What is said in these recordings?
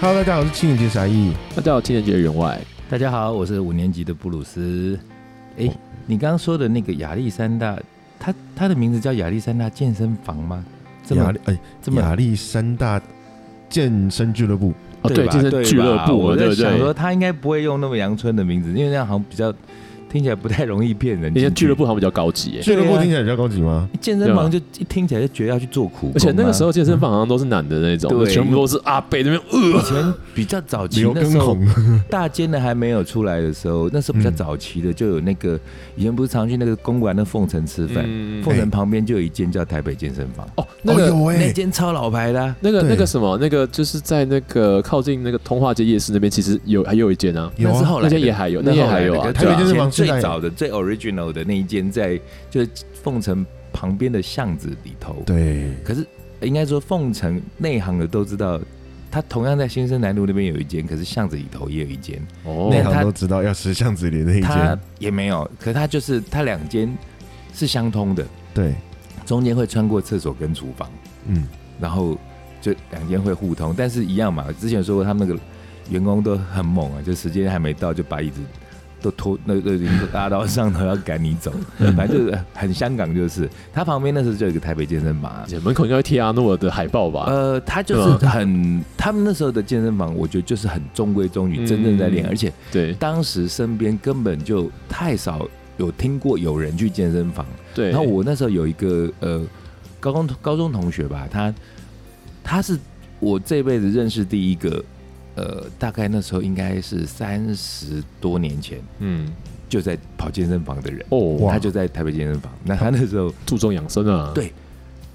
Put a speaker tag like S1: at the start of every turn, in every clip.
S1: Hello，大家好，我是七年级的傻义。
S2: 大家好，七年级的员外，
S3: 大家好，我是五年级的布鲁斯。哎、你刚刚说的那个亚历山大，他他的名字叫亚历山大健身房吗？这
S1: 亚
S3: 么
S1: 历哎，
S3: 这么
S1: 亚历山大健身俱乐部，
S2: 哦，对，
S3: 吧
S2: 健身俱乐
S3: 对吧
S2: 部啊
S3: 我
S2: 嘛，对
S3: 在
S2: 不
S3: 想说
S2: 对？
S3: 他应该不会用那么阳春的名字，因为那样好像比较听起来不太容易骗人。
S2: 那些俱乐部好像比较高级耶，
S1: 俱乐
S3: 啊
S1: 部听起来比较高级吗？
S3: 健身房就一听起来就觉得要去做苦工啊，
S2: 而且那个时候健身房好像都是男的那种，
S3: 对
S2: 就全部都是阿贝那边呃，
S3: 以前比较早期
S1: 刘
S3: 那
S1: 根
S3: 时候
S1: 红，
S3: 大间的还没有出来的时候，那时候比较
S1: 嗯
S3: 早期的就有那个以前不是常去那个公馆的凤城吃饭，
S2: 嗯
S3: 凤城旁边就有一间叫台北健身房，
S2: 哦，那个
S1: 有
S3: 那间超老牌的啊、
S2: 那个
S1: 对
S2: 那个什么，那个就是在那个靠近那个通化街夜市那边，其实有还有一间啊，
S1: 有
S3: 那是
S1: 啊，
S3: 后来
S2: 那
S3: 的
S2: 间也还有，那
S3: 那
S2: 间
S3: 后
S2: 还
S3: 来
S2: 有啊
S3: 的，
S1: 台北健身房
S3: 最
S1: 现在
S3: 早的最 original 的那一间在就是凤城旁边的巷子里头。
S1: 对，
S3: 可是应该说凤城内行的都知道，它同样在新生南路那边有一间，可是巷子里头也有一间，
S2: 哦
S1: 内
S3: 那
S1: 行
S3: 他
S1: 都知道要吃巷子里的那一
S3: 它
S1: 间，
S3: 也没有，可它就是它两间是相通的，
S1: 对，
S3: 中间会穿过厕所跟厨房，
S1: 嗯，
S3: 然后就两间会互通，但是一样嘛。之前有说过他们那个员工都很猛啊，就时间还没到就把椅子都拖，那都已经拉到上头要赶你走，反正就是很香港，就是他旁边那时候就有一个台北健身房啊、
S2: 而且门口应该会贴阿诺的海报吧？
S3: 呃，他就
S2: 对
S3: 是很，他们那时候的健身房，我觉得就是很中规中矩，
S2: 嗯
S3: 真正在练，而且
S2: 对
S3: 当时身边根本就太少有听过有人去健身房，
S2: 对，
S3: 然后我那时候有一个呃高中高中同学吧，他他是我这辈子认识第一个，呃，大概那时候应该是三十多年前
S2: 嗯
S3: 就在跑健身房的人，
S2: 哦
S1: 哇，
S3: 他就在台北健身房。那他那时候
S2: 注重养生啊，
S3: 对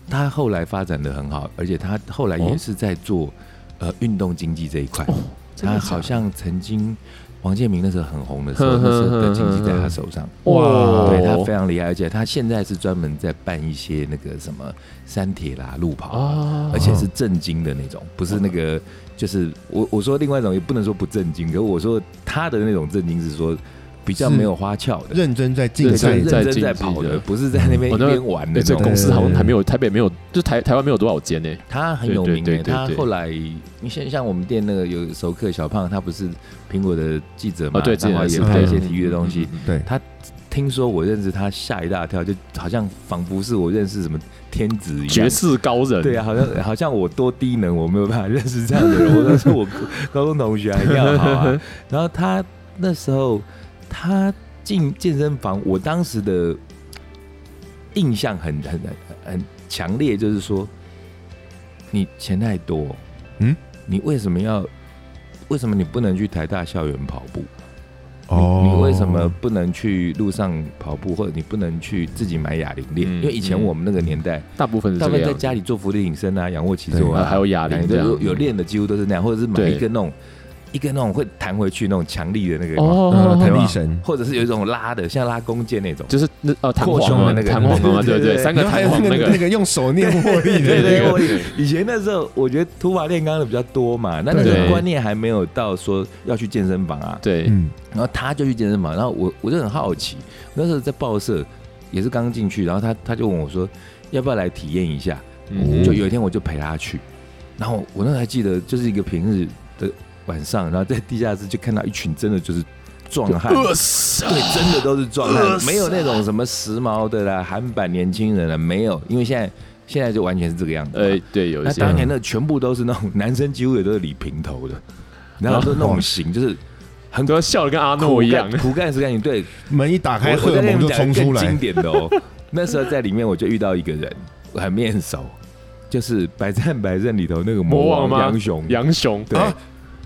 S3: 他后来发展的很好，而且他后来也是在做、呃运动经济这一块，
S2: 哦真的
S3: 他
S2: 假的
S3: 好像曾经。王建民那时候很红的时候，
S2: 哼哼
S3: 那时候的
S2: 哼
S3: 经济在
S2: 哼
S3: 他手上，
S2: 哇，
S3: 对他非常厉害，而且他现在是专门在办一些那个什么山铁啦、路跑啊，
S2: 啊，
S3: 而且是正经的那种，不是那个就是我我说另外一种也不能说不正经，可我说他的那种正经是说比较没有花俏的，
S1: 认真在竞
S3: 对
S1: 赛
S3: 是
S2: 在
S3: 认真在
S2: 竞技的
S3: 跑的，不是在那边
S2: 哦
S3: 一
S2: 那
S3: 边玩的
S2: 对
S3: 那
S2: 这
S3: 种。
S2: 个公司好像还没有台北没有，就台台湾没有多少间呢，
S3: 他很有
S2: 对对
S3: 名
S2: 对
S3: 的，
S2: 对
S3: 他
S2: 对
S3: 后来你像像我们店那个有熟客小胖，他不是苹果的记者嘛，
S2: 哦对，之
S3: 然后
S2: 前
S3: 也
S2: 是
S3: 拍一
S1: 嗯
S3: 些体育的东西，，
S2: 嗯嗯嗯
S1: 对，
S3: 听说我认识他，吓一大跳，就好像仿佛是我认识什么天子一样。
S2: 绝世高人，
S3: 对啊，，好像好像我多低能，我没有办法认识这样的人。我都是我高中同学啊，一定要好啊。然后他那时候他进健身房，我当时的印象很很很很强烈，就是说你钱太多，
S1: 嗯，
S3: 你为什么要？为什么你不能去台大校园跑步？
S1: 哦
S3: 你你为什么不能去路上跑步，或者你不能去自己买哑铃练？
S2: 嗯
S3: 因为以前
S2: 嗯
S3: 我们那个年代，
S2: 大部分是
S3: 大
S2: 这
S3: 部
S2: 个
S3: 分
S2: 样
S3: 在
S2: 子
S3: 家里做伏地挺身啊、仰卧起坐
S1: 对
S3: 啊，
S2: 还有哑铃
S3: 哎
S2: 这
S3: 对
S2: 样
S3: 有，有练的几乎都是那样，或者是买
S2: 对
S3: 一个那种一个那种会弹回去那种强力的那个，
S1: 嗯
S2: 哦，
S1: 弹
S3: 对吧
S1: 力绳？
S3: 或者是有一种拉的，像拉弓箭 那种。
S2: 就是那呃弹
S3: 扩
S2: 簧
S3: 胸
S2: 嘛
S3: 的那个
S2: 弹簧嘛，对
S3: 对对
S2: 对，
S3: 对
S2: 三个
S1: 然后还
S2: 弹
S1: 有
S2: 簧
S1: 那
S2: 那
S1: 个
S2: 个
S1: 那，个用手捏握力的
S3: 对
S1: 那
S3: 对
S1: 个，
S3: 我以前那时候我觉得土法炼钢的比较多嘛，那那
S1: 对
S3: 种观念还没有到说要去健身房啊，
S2: 对，
S1: 嗯，
S3: 然后他就去健身房，然后我我就很好奇，那时候在报社也是刚进去，然后他他就问我说要不要来体验一下，
S2: 嗯
S3: 就有一天我就陪他去，然后我那时候还记得，就是一个平日的晚上，然后在地下室就看到一群真的就是壮汉，
S2: 饿死啊，
S3: 对，真的都是壮
S2: 饿
S3: 汉，
S2: 死
S3: 没有那种什么时髦的啦、韩版年轻人了，没有，因为现在现在就完全是这个样子嘛。
S2: 呃，对，有一
S3: 那
S2: 些
S3: 当年那全部都是那种男生，几乎也都是理平头的，然后都那种型，就是很
S2: 都要笑的跟阿
S3: 苦
S2: 诺一样
S3: 干，苦干实干，你对
S1: 门一打开，
S3: 我
S1: 荷
S3: 我
S1: 尔
S3: 在
S1: 蒙就冲出
S3: 更
S1: 来
S3: 经，典的 哦。那时候在里面我就遇到一个人，我很面熟，就是《百战百胜》里头那个
S2: 魔王吗？
S3: 杨雄。
S2: 杨雄，
S3: 对、
S1: 啊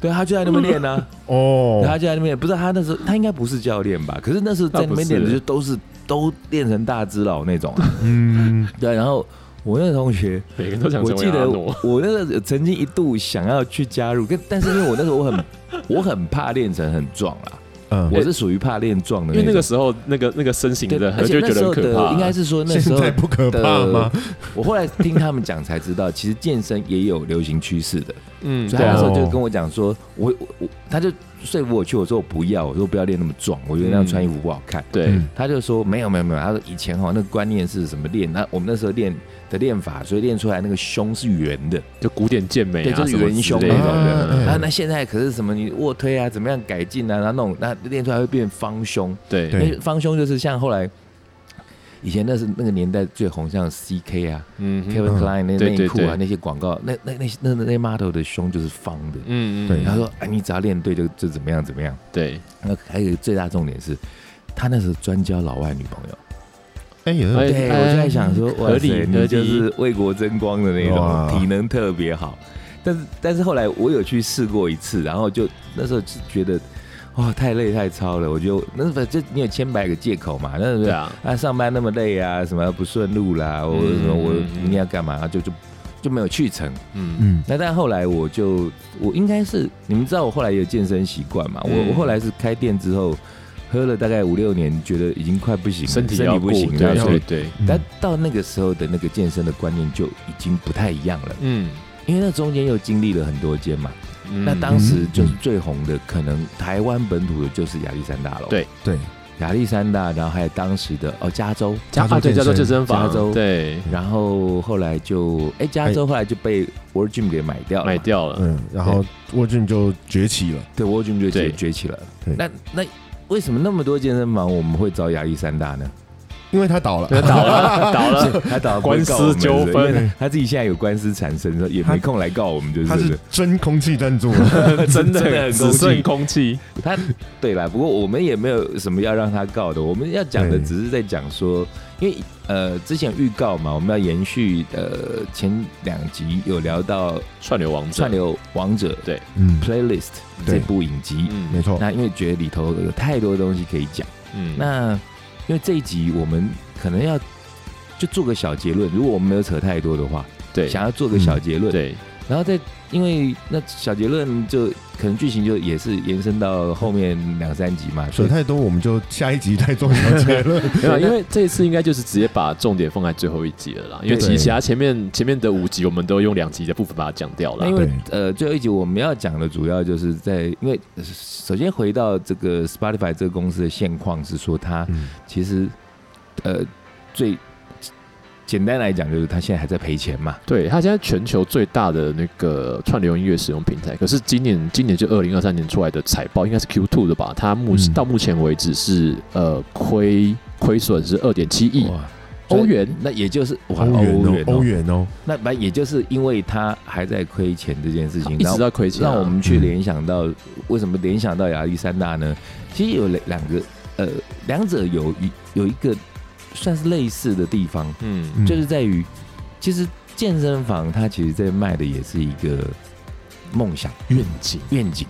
S3: 对，他就在那边 练呢、
S1: 哦
S3: 啊，，他就在那边练。不是他那时候他应该不是教练吧？可是那时候在那边练的就都是都练成大只佬那种啊、
S1: 嗯，
S3: 对，然后我那个同学，
S2: 每个人都想
S3: 我
S2: 成为
S3: 记
S2: 阿
S3: 得
S2: 诺。
S3: 我那个曾经一度想要去加入，跟但是因为我那时候我很 我很怕练成很壮啦，
S1: 嗯，
S3: 我是属于怕练壮的
S2: 因为那
S3: 种
S2: 个时候，那个那个身形
S3: 对，
S2: 的，
S3: 而且
S2: 就
S3: 那
S2: 觉
S3: 时
S2: 得很
S3: 候
S2: 可
S3: 的
S2: 怕。啊
S3: 应该是说那时
S1: 现
S3: 候
S1: 在不可怕吗？
S3: 我后来听他们讲才知道，其实健身也有流行趋势的。
S2: 嗯，
S3: 所
S2: 对
S3: 以他那
S1: 啊
S3: 时
S2: 啊
S3: 候，就跟我讲说，我我我，他就说服我去，我说我不要，我说不要练那么壮，我觉得那样穿衣服不好看。
S2: 对，
S3: 他就说没有没有没有，他说以前哈那个观念是什么练？那我们那时候练的练法，所以练出来那个胸是圆的，
S2: 就古典健美
S3: 对，
S2: 啊，
S3: 就是圆胸那
S2: 那
S3: 种
S1: 啊
S3: 的。
S1: 嗯
S3: 啊，那现在可是什么你卧推啊，怎么样改进啊，然后那种那练出来会变方胸，
S2: 对
S1: 对
S3: 因为方胸就是像后来以前那是那个年代最红，像 CK 啊、
S2: 嗯哼
S3: Kevin Klein 那
S2: 对
S3: 内
S2: 对
S3: 裤啊
S2: 对
S3: 那些广告，那那那那那那 model 的胸就是方的。
S2: 嗯嗯，
S1: 对
S3: 他说：“哎，你只要练对就就怎么样怎么样。
S2: 对，”
S3: 那还有一个最大重点是，他那时候专交老外女朋友。
S1: 哎也
S2: 哎
S1: 有
S3: 对，我就在想说，
S2: 嗯合
S3: 哇
S2: 理
S3: 塞，
S2: 合
S3: 你
S2: 理
S3: 就是为国争光的那种，
S1: 哇
S3: 体能特别好。但是但是后来我有去试过一次，然后就那时候就觉得，哇，太累太超了。我就那反正你有千百个借口嘛，那
S2: 对
S3: 对
S2: 啊，
S3: 啊，上班那么累啊，什么不顺路啦，我
S2: 嗯
S3: 什么我
S2: 嗯嗯
S3: 明天要干嘛，就就就没有去成。
S2: 嗯，
S1: 嗯
S3: 那但后来我就我应该是你们知道我后来有健身习惯嘛？
S2: 嗯
S3: 我我后来是开店之后喝了大概五六年，觉得已经快不行了，
S2: 身体
S3: 身体
S2: 要
S3: 不
S2: 顾，
S3: 行
S2: 对啊
S3: 了，所
S2: 对
S3: 以。
S2: 对，
S1: 嗯
S3: 但到那个时候的那个健身的观念就已经不太一样了，
S2: 嗯，
S3: 因为那中间又经历了很多间嘛。
S2: 嗯
S3: 那当时
S1: 嗯
S3: 就是最红的，可能台湾本土的就是亚历山大楼，
S2: 对
S1: 对，
S3: 亚历山大，然后还有当时的哦加州，
S2: 加啊对加州健身房，
S3: 加州
S2: 对
S3: 然后后来就哎加州后来就被 World Gym 给买掉了嘛，
S2: 买掉了，
S1: 嗯，然后沃俊就崛起了，
S3: 对，我 Gym 就
S2: 对
S3: 崛崛起了
S1: 对。
S3: 那那为什么那么多健身房我们会找亚历山大 呢？
S1: 因为他倒了，
S2: 对倒了倒了，
S3: 他打
S2: 官司纠纷，
S3: 因为他自己现在有官司缠身，也
S1: 他
S3: 没空来告我们，就是
S1: 他是真空气赞助了，
S2: 真
S3: 真的
S2: 的
S3: 很
S2: 只
S3: 恭
S2: 剩
S3: 喜
S2: 空气，
S3: 他对啦，不过我们也没有什么要让他告的，我们要讲的
S1: 对
S3: 只是在讲说，因为呃之前预告嘛，我们要延续呃前两集有聊到
S2: 串流王者
S3: 串，流王者
S1: 嗯，
S3: Playlist
S1: 对
S3: 这部影集，
S2: 嗯
S1: 没，错，
S3: 那因为觉得里头有太多东西可以讲，
S2: 嗯
S3: 那因为这一集我们可能要就做个小结论，如果我们没有扯太多的话，
S2: 对嗯
S3: 想要做个小结论，
S2: 对
S3: 然后再因为那小结论就可能剧情就也是延伸到后面两三集嘛，
S1: 水
S3: 以
S1: 太多，我们就下一集再做小结论。
S2: 没有，啊因为这一次应该就是直接把重点放在最后一集了啦，因为
S1: 对
S2: 其实其他前面前面的五集我们都用两集的部分把它讲掉
S3: 那
S2: 了
S3: 因，为
S1: 对
S3: 呃最后一集我们要讲的主要就是在因为呃首先回到这个 Spotify 这个公司的现况是说它
S1: 嗯，
S3: 其实呃最简单来讲就是它现在还在赔钱嘛，
S2: 对，它现在全球最大的那个串流音乐使用平台，可是今年今年就二零二三年出来的财报应该是 Q two 的吧？它目、
S1: 嗯
S2: 到目前为止是呃亏亏损是二点七亿
S1: 嗯
S3: 哇，
S2: 欧元，
S3: 那也就是哇
S1: 欧元哦，
S3: 欧
S1: 欧
S3: 元哦，
S1: 元哦，
S3: 那反正也就是因为它还在亏钱这件事情，
S2: 一
S3: 然后
S2: 直在亏钱啊、
S3: 让我们去
S1: 嗯
S3: 联想到、为什么联想到亚历山大呢？其实有两两个呃，两者有一有一个算是类似的地方，
S2: 嗯
S1: 嗯
S3: 就是在于其实健身房它其实在卖的也是一个梦想
S2: 愿景，
S3: 愿景。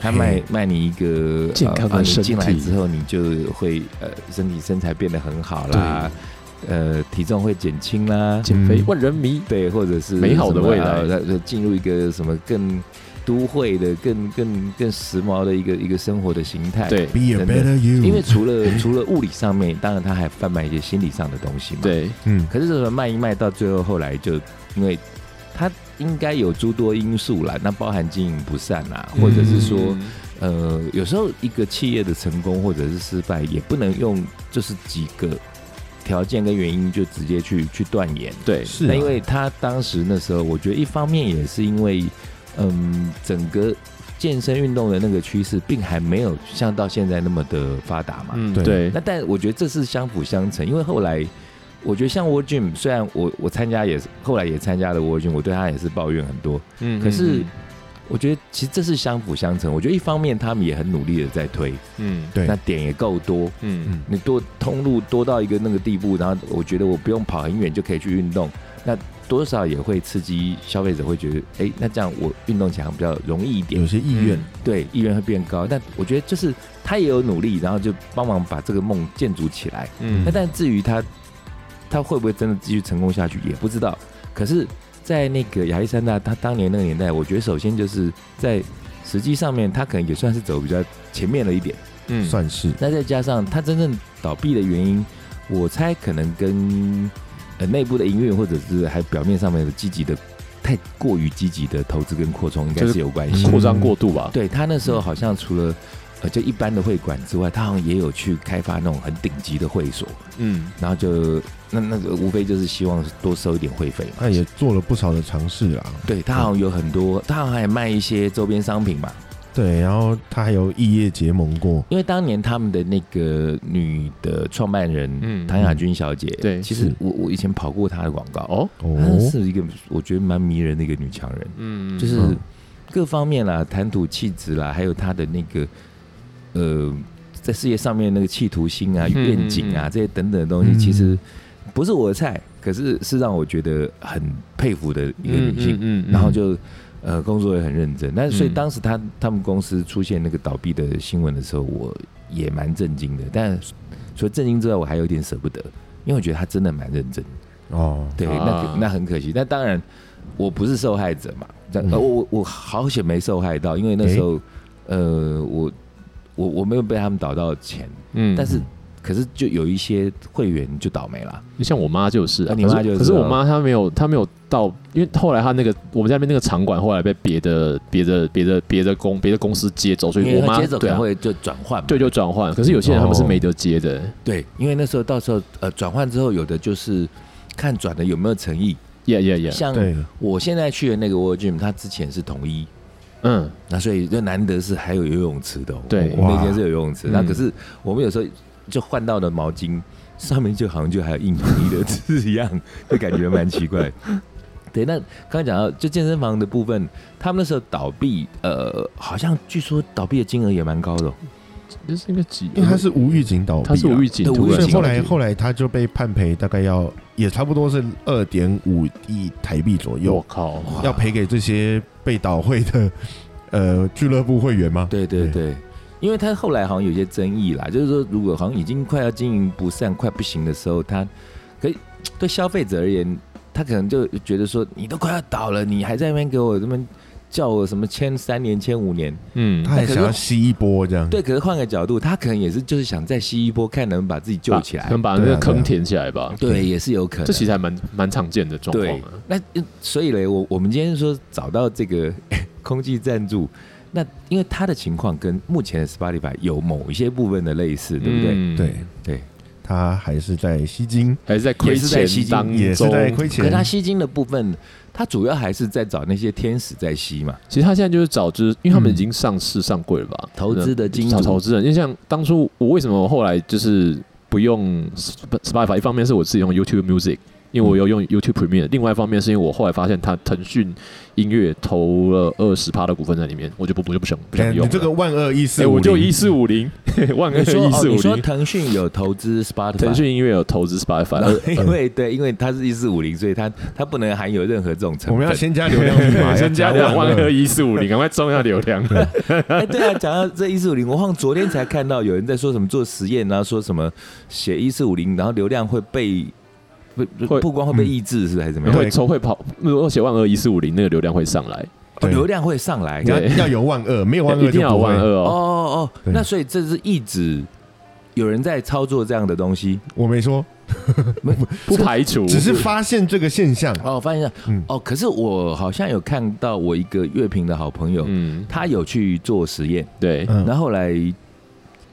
S3: 它卖
S1: 嘿
S3: 卖你一个
S2: 健康的
S3: 啊你
S2: 身体
S3: 进来之后你就会呃身体身材变得很好啦，呃体重会减轻啦，
S2: 减肥
S1: 嗯
S2: 万人迷，
S3: 对，或者是
S2: 美好的
S3: 什么
S2: 未来
S3: 啊呃进入一个什么更都会的、更更更时髦的一个一个生活的形态。，
S2: 对
S1: Be a
S3: 真的
S1: better you。
S3: 因为除了除了物理上面，当然他还贩卖一些心理上的东西嘛。，
S2: 对，
S1: 嗯，
S3: 可是这个卖一卖到最后，后来就因为他应该有诸多因素啦，那包含经营不善啦，或者是说、
S2: 嗯
S3: 呃，有时候一个企业的成功或者是失败，也不能用就是几个条件跟原因就直接去去断言。
S2: 对
S1: 是啊
S3: 那因为他当时那时候，我觉得一方面也是因为，嗯，整个健身运动的那个趋势，并还没有像到现在那么的发达嘛。
S2: 嗯
S1: 对
S2: 对
S3: 那但我觉得这是相辅相成，因为后来我觉得像 World Gym，虽然我我参加也是后来也参加了 World Gym，我对他也是抱怨很多，
S2: 嗯
S3: 可是
S2: 嗯
S3: 我觉得其实这是相辅相成。我觉得一方面他们也很努力的在推，
S2: 嗯
S1: 对
S3: 那点也够多，
S2: 嗯
S1: 嗯
S3: 你多通路多到一个那个地步，然后我觉得我不用跑很远就可以去运动，那多少也会刺激消费者会觉得，哎、那这样我运动起来比较容易一点
S1: 有，些
S2: 嗯
S1: 意愿，
S3: 对，意愿会变高。但我觉得就是他也有努力，然后就帮忙把这个梦建筑起来。
S2: 嗯
S3: 那但至于他他会不会真的继续成功下去也不知道。可是，在那个亚历山大他当年那个年代，我觉得首先就是在实际上面，他可能也算是走比较前面了一点。
S2: 嗯，
S1: 算是
S3: 那再加上他真正倒闭的原因，我猜可能跟呃内部的营运或者是还表面上面的积极的太过于积极的投资跟扩充应该
S2: 就是
S3: 是有关
S1: 嗯
S3: 系。
S2: 扩张过度吧？
S3: 对他那时候好像除了呃就一般的会馆之外，他好像也有去开发那种很顶级的会所，
S2: 嗯，
S3: 然后就那那个无非就是希望多收一点会费嘛
S1: 那。也做了不少的尝试啦。
S3: 对他好像有很多，他好像还卖一些周边商品嘛。
S1: 对，然后他还有异业结盟过，
S3: 因为当年他们的那个女的创办人，
S2: 嗯
S3: 唐雅君小姐，
S2: 对
S3: 其实
S1: 是
S3: 我我以前跑过她的广告，哦，
S2: 哦，
S1: 哦
S3: 她，是一个我觉得蛮迷人的一个女强人，
S2: 嗯，
S3: 就是
S1: 嗯
S3: 各方面啦，谈吐气质啦，还有她的那个呃，在事业上面那个企图心啊、
S2: 嗯嗯
S3: 愿景啊
S2: 嗯
S3: 这些等等的东西，
S1: 嗯
S3: 其实不是我的菜，可是是让我觉得很佩服的一个
S2: 嗯
S3: 女性
S2: 嗯。嗯，
S3: 然后就呃工作也很认真。那所以
S2: 嗯
S3: 当时他他们公司出现那个倒闭的新闻的时候，我也蛮震惊的。但除了震惊之外，我还有点舍不得，因为我觉得他真的蛮认真。
S1: 哦，
S3: 对，那
S2: 啊
S3: 可那很可惜。那当然，我不是受害者嘛，但
S1: 嗯
S3: 呃我我我好险没受害到，因为那时候呃我我我没有被他们倒到钱，
S2: 嗯，
S3: 但是。可是就有一些会员就倒霉了，
S2: 你像我妈就是、啊，
S3: 啊你妈
S2: 可
S3: 就是
S2: 可是我
S3: 哦
S2: 妈她没有，她没有到，因为后来她那个我们家那边那个场馆后来被别的、别的、别的、别的公、别的公司接走，所
S3: 因
S2: 以
S3: 为
S2: 我妈
S3: 接着可
S2: 对啊，
S3: 能会就转换嘛，
S2: 对就转换。可是有些人他们是没得接的，
S3: 对，因为那时候到时候呃转换之后，有的就是看转的有没有诚意。
S2: 耶耶耶，
S3: 像
S1: 对，
S3: 我现在去的那个 World Gym，它之前是统一，
S2: 嗯，
S3: 那所以就难得是还有游泳池的、哦。
S2: 对
S3: 我
S1: 哇
S3: 们那间是有游泳池，
S2: 嗯
S3: 那可是我们有时候就换到的毛巾上面就好像就还有印统一的字样，就感觉蛮奇怪。对，那刚才讲到就健身房的部分，他们那时候倒闭，呃，好像据说倒闭的金额也蛮高的哦、
S2: 这是一个几，
S1: 因为他是无预警倒闭啊，
S2: 她是无预警
S3: 对
S2: 突
S3: 无预
S2: 然
S1: 所
S3: 警
S1: 以后
S2: 倒
S1: 来
S2: 闭
S1: 后来他就被判赔，大概要也差不多是二点五亿台币左
S2: 我
S1: 右，
S2: 靠，
S1: 要赔给这些被倒会的呃俱乐部会员吗？
S3: 对对对，因为他后来好像有些争议啦，就是说如果好像已经快要经营不善、快不行的时候，他可以对消费者而言，他可能就觉得说你都快要倒了，你还在那边给我这边叫我什么签三年、签五年，
S2: 嗯
S1: 他，还想要吸一波这样。
S3: 对。可是换个角度，他可能也是就是想再吸一波，看能把自己救起来
S2: 能，把那
S1: 对
S2: 个
S1: 啊对啊
S2: 坑填起来吧。
S3: 对，也是有可能。
S2: 这其实还蛮蛮常见的状况
S3: 对
S2: 啊。，
S3: 那呃所以嘞，我我们今天说找到这个 空气赞助，那因为他的情况跟目前的 Spotify 有某一些部分的类似，对不对？
S2: 嗯
S1: 对，
S3: 对，
S1: 他还是在吸金，
S2: 还是在亏
S3: 也是在
S2: 钱
S3: 吸金
S2: 当
S1: 也是
S2: 中，
S1: 在亏
S3: 可是
S1: 钱。
S3: 他吸金的部分，他主要还是在找那些天使在吸嘛。
S2: 其实他现在就是找，就是因为他们已经上市上柜了吧，
S3: 嗯投资的金主
S2: 找投资人。因为像当初我为什么后来就是不用 Sp- Spotify，一方面是我自己用 YouTube Music，因为我有
S3: 嗯
S2: 用 YouTube Premium，另外一方面是因为我后来发现他腾讯音乐投了二十趴的股份在里面，我就不我就不想不
S1: 哎
S2: 想用
S1: 你
S2: 了。
S1: 这个万恶一
S2: 啊哎，
S1: 四五零，
S2: 我就一四五零， 万个
S3: 你说
S2: 一
S3: 哦，
S2: 四五
S3: 你说
S2: 零。
S3: 腾讯有投资 Spotify，
S2: 腾讯音乐有投资 Spotify，
S3: 然后
S2: 呃
S3: 因为对，因为它是一四五零，所以它它不能含有任何这种成
S1: 我们
S3: 分。
S1: 要先加流量密 码，
S2: 增加
S1: 要
S2: 两哎万二
S1: 二。
S2: 一四五零，赶快冲一下流 量。
S3: 哎，对啊，讲到这一四五零，我好像昨天才看到有人在说什么做实验，然后说什么写一四五零，然后流量会被会
S2: 会嗯
S3: 不光会被抑制，是不是还是怎哦么样？
S2: 会抽会跑，如果写万二一四五零，那个流量会上来，
S3: 哦
S1: 对
S3: 流量会上来。
S1: 你要
S2: 对
S1: 要有万恶，没有万
S2: 一
S1: 恶就
S2: 定要有
S1: 不
S2: 万二
S1: 会。
S2: 哦
S3: 哦。哦哦，
S1: 对
S3: 那所以这是一直有人在操作这样的东西。
S1: 我没说，
S2: 不排除，
S1: 只是发现这个现象。
S2: 啊
S3: 哦，我发现了，
S1: 嗯
S3: 哦，可是我好像有看到我一个乐评的好朋友，
S2: 嗯，
S3: 他有去做实验，
S2: 对，
S1: 嗯，
S3: 然后后来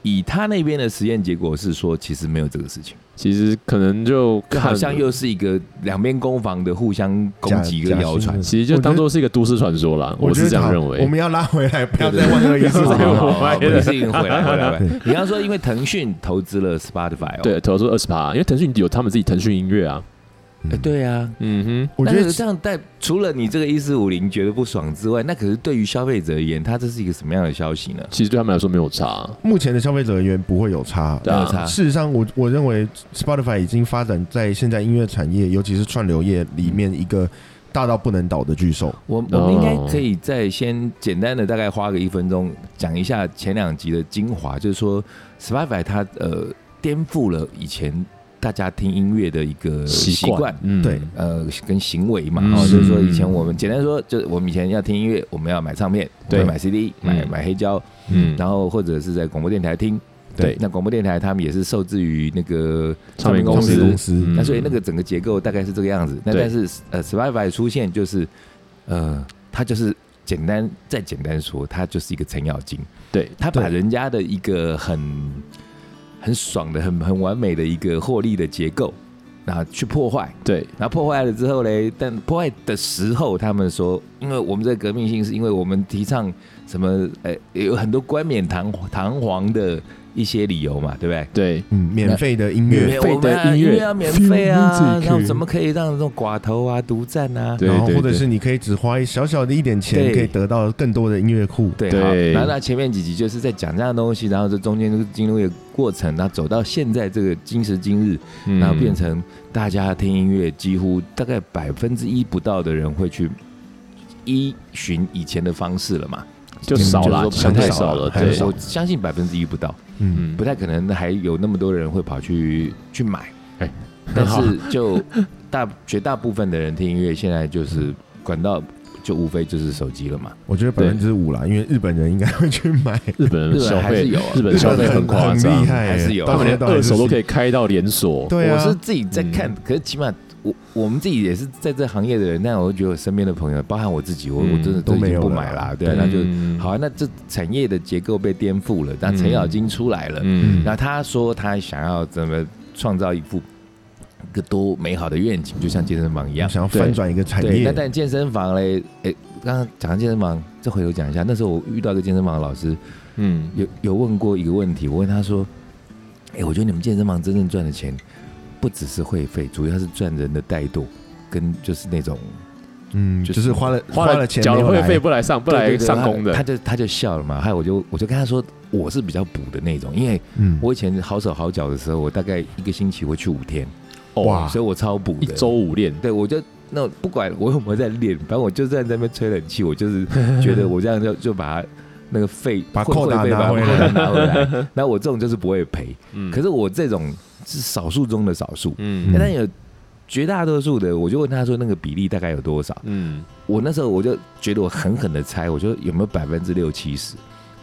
S3: 以他那边的实验结果是说，其实没有这个事情，
S2: 其实可能就
S3: 就
S2: 看
S3: 好像又是一个两边攻防的互相攻击
S1: 假
S3: 跟谣传
S1: 假新闻。
S2: 其实就当做是一个都市传说啦，我
S1: 觉
S2: 是
S1: 得
S2: 这样
S1: 好
S2: 认
S1: 我
S2: 为。
S1: 们要拉回来，不要
S3: 对
S1: 再万恶一 四
S2: 不
S1: 五
S2: 要再
S1: 零
S2: 万恶
S1: 了。
S3: 好，
S2: 我
S3: 不是因为回来回来回
S1: 对
S3: 来。你刚说，因为腾讯投资了 Spotify 哦，
S2: 对，投出二十趴，因为腾讯有他们自己腾讯音乐啊。
S3: 哎，对啊，
S2: 嗯
S1: 我觉
S3: 但
S1: 得
S3: 是这样带，除了你这个一四五零觉得不爽之外，那可是对于消费者而言，它这是一个什么样的消息呢
S2: 哼，？其实对他们来说没有差。
S1: 目前的消费者而言不会有差。
S2: 对啊
S3: 没有差
S1: 事实上我，我认为 Spotify 已经发展在现在音乐产业，尤其是串流业里面一个大到不能倒的巨兽。
S3: 我我们应该可以再先简单的大概花个一分钟讲一下前两集的精华，就是说 Spotify 它呃颠覆了以前。大家听音乐的一个习惯
S2: 惯，，嗯
S1: 呃对
S3: 呃，跟行为嘛，
S2: 嗯
S3: 哦，就是说以前
S2: 嗯
S3: 我们简单说，就是我们以前要听音乐，我们要买唱片，
S2: 对
S3: 我们买 CD，买
S2: 嗯
S3: 买黑胶，
S2: 嗯，
S3: 然后或者是在广播电台听。
S2: 对
S3: 那广播电台他们也是受制于那个
S2: 唱片
S1: 唱
S2: 公
S1: 片
S2: 司，
S1: 公司
S2: 嗯
S3: 那所以那个整个结构大概是这个样子。那
S2: 对
S3: 但是呃，Spotify 出现就是，呃，它就是简单再简单说，它就是一个程咬金，
S2: 对
S3: 它把
S1: 对
S3: 人家的一个很很爽的、很很完美的一个获利的结构，那去破坏。
S2: 对
S3: 然后破坏了之后嘞，但破坏的时候，他们说，因为我们这个革命性是因为我们提倡什么，呃，有很多冠冕堂堂皇的一些理由嘛，对不对？
S2: 对
S1: 嗯，免费的音乐，
S2: 免费的
S3: 我们啊
S2: 音乐
S3: 要免费啊，
S1: Free music
S3: 然后怎么可以让这种寡头啊、独占啊？
S2: 对
S1: 然后
S2: 对
S1: 或者
S2: 对
S1: 是你可以只花小小的一点钱，
S3: 对
S1: 可以得到更多的音乐库。
S3: 对，
S2: 对
S3: 好，然后那前面几集就是在讲这样的东西，然后这中间就是进入一个过程，然后走到现在这个今时今日，
S2: 嗯
S3: 然后变成大家听音乐几乎大概百分之一不到的人会去依循以前的方式了嘛，
S2: 就少了，
S3: 就是说
S2: 想
S3: 不
S2: 太
S3: 太
S2: 少了，
S1: 很
S2: 对，
S1: 少
S3: 我相信百分之一不到，
S1: 嗯，
S2: 嗯
S3: 不，太可能还有那么多人会跑去去买
S2: 哎，
S3: 但
S2: 好
S3: 是就大绝大部分的人听音乐现在就是管道。就无非就是手机了嘛，
S1: 我觉得百
S2: 对
S1: 分之五啦，因为日本人应该会去买，
S2: 日本人
S3: 日本
S2: 消
S3: 还
S2: 费
S3: 是有啊，
S2: 日本消费
S1: 很
S2: 夸
S1: 很
S2: 张
S1: 厉，害，
S3: 还是有
S2: 他
S1: 到
S2: 们
S1: 现
S2: 连
S1: 在
S2: 二手都可
S1: 以。
S2: 以开到连锁，
S1: 对
S3: 我是
S1: 啊，
S3: 自己在看，
S2: 嗯
S3: 可是起码我我们自己也是在这行业的人，但我觉得我身边的朋友，包含我自己，我、
S2: 嗯
S3: 我真的都
S1: 都
S3: 已
S1: 没
S3: 经
S1: 有
S3: 不
S1: 了
S3: 买啦，对啊，那就
S2: 嗯
S3: 好、啊，那这产业的结构被颠覆了，那
S2: 嗯
S3: 程咬金出来了，
S2: 嗯
S3: 然后他说他想要怎么创造一副一个多美好的愿景，就像健身房一样。
S1: 想要翻转一个产
S3: 对，
S1: 业
S3: 那，但健身房嘞，哎，刚刚讲到健身房，这回头讲一下。那时候我遇到一个健身房的老师，
S2: 嗯，
S3: 有有问过一个问题，我问他说：“哎、我觉得你们健身房真正赚的钱，不只是会费，主要是赚人的怠惰，跟就是那种
S1: 嗯，
S3: 就
S1: 就是是花了
S2: 花
S1: 了
S2: 了
S1: 钱，
S2: 缴
S1: 没
S2: 了
S1: 有
S2: 会
S1: 来
S2: 费不来上不来
S3: 对对对
S2: 上工的
S3: 他，就他就笑了嘛。还有我就我就跟他说，我是比较补的那种，因为
S1: 嗯，
S3: 我以前好手好脚的时候，我大概一个星期会去五天，
S2: 哦
S1: 哇
S3: 所以我超补的。
S2: 一周五练，
S3: 对，我就那不管我有没有在练，反正我就算在那边吹冷气，我就是觉得我这样就就把它那个肺
S1: 把
S3: 会
S1: 扣打
S3: 会费
S1: 拿
S3: 把
S1: 回
S3: 扣
S1: 来
S3: 打拿回 来。那我这种就是不会赔，
S2: 嗯
S3: 可是我这种是少数中的少数，
S2: 嗯
S3: 但有绝大多数的，我就问他说那个比例大概有多少？
S2: 嗯，
S3: 我那时候我就觉得我狠狠的猜，我说有没有百分之六七十？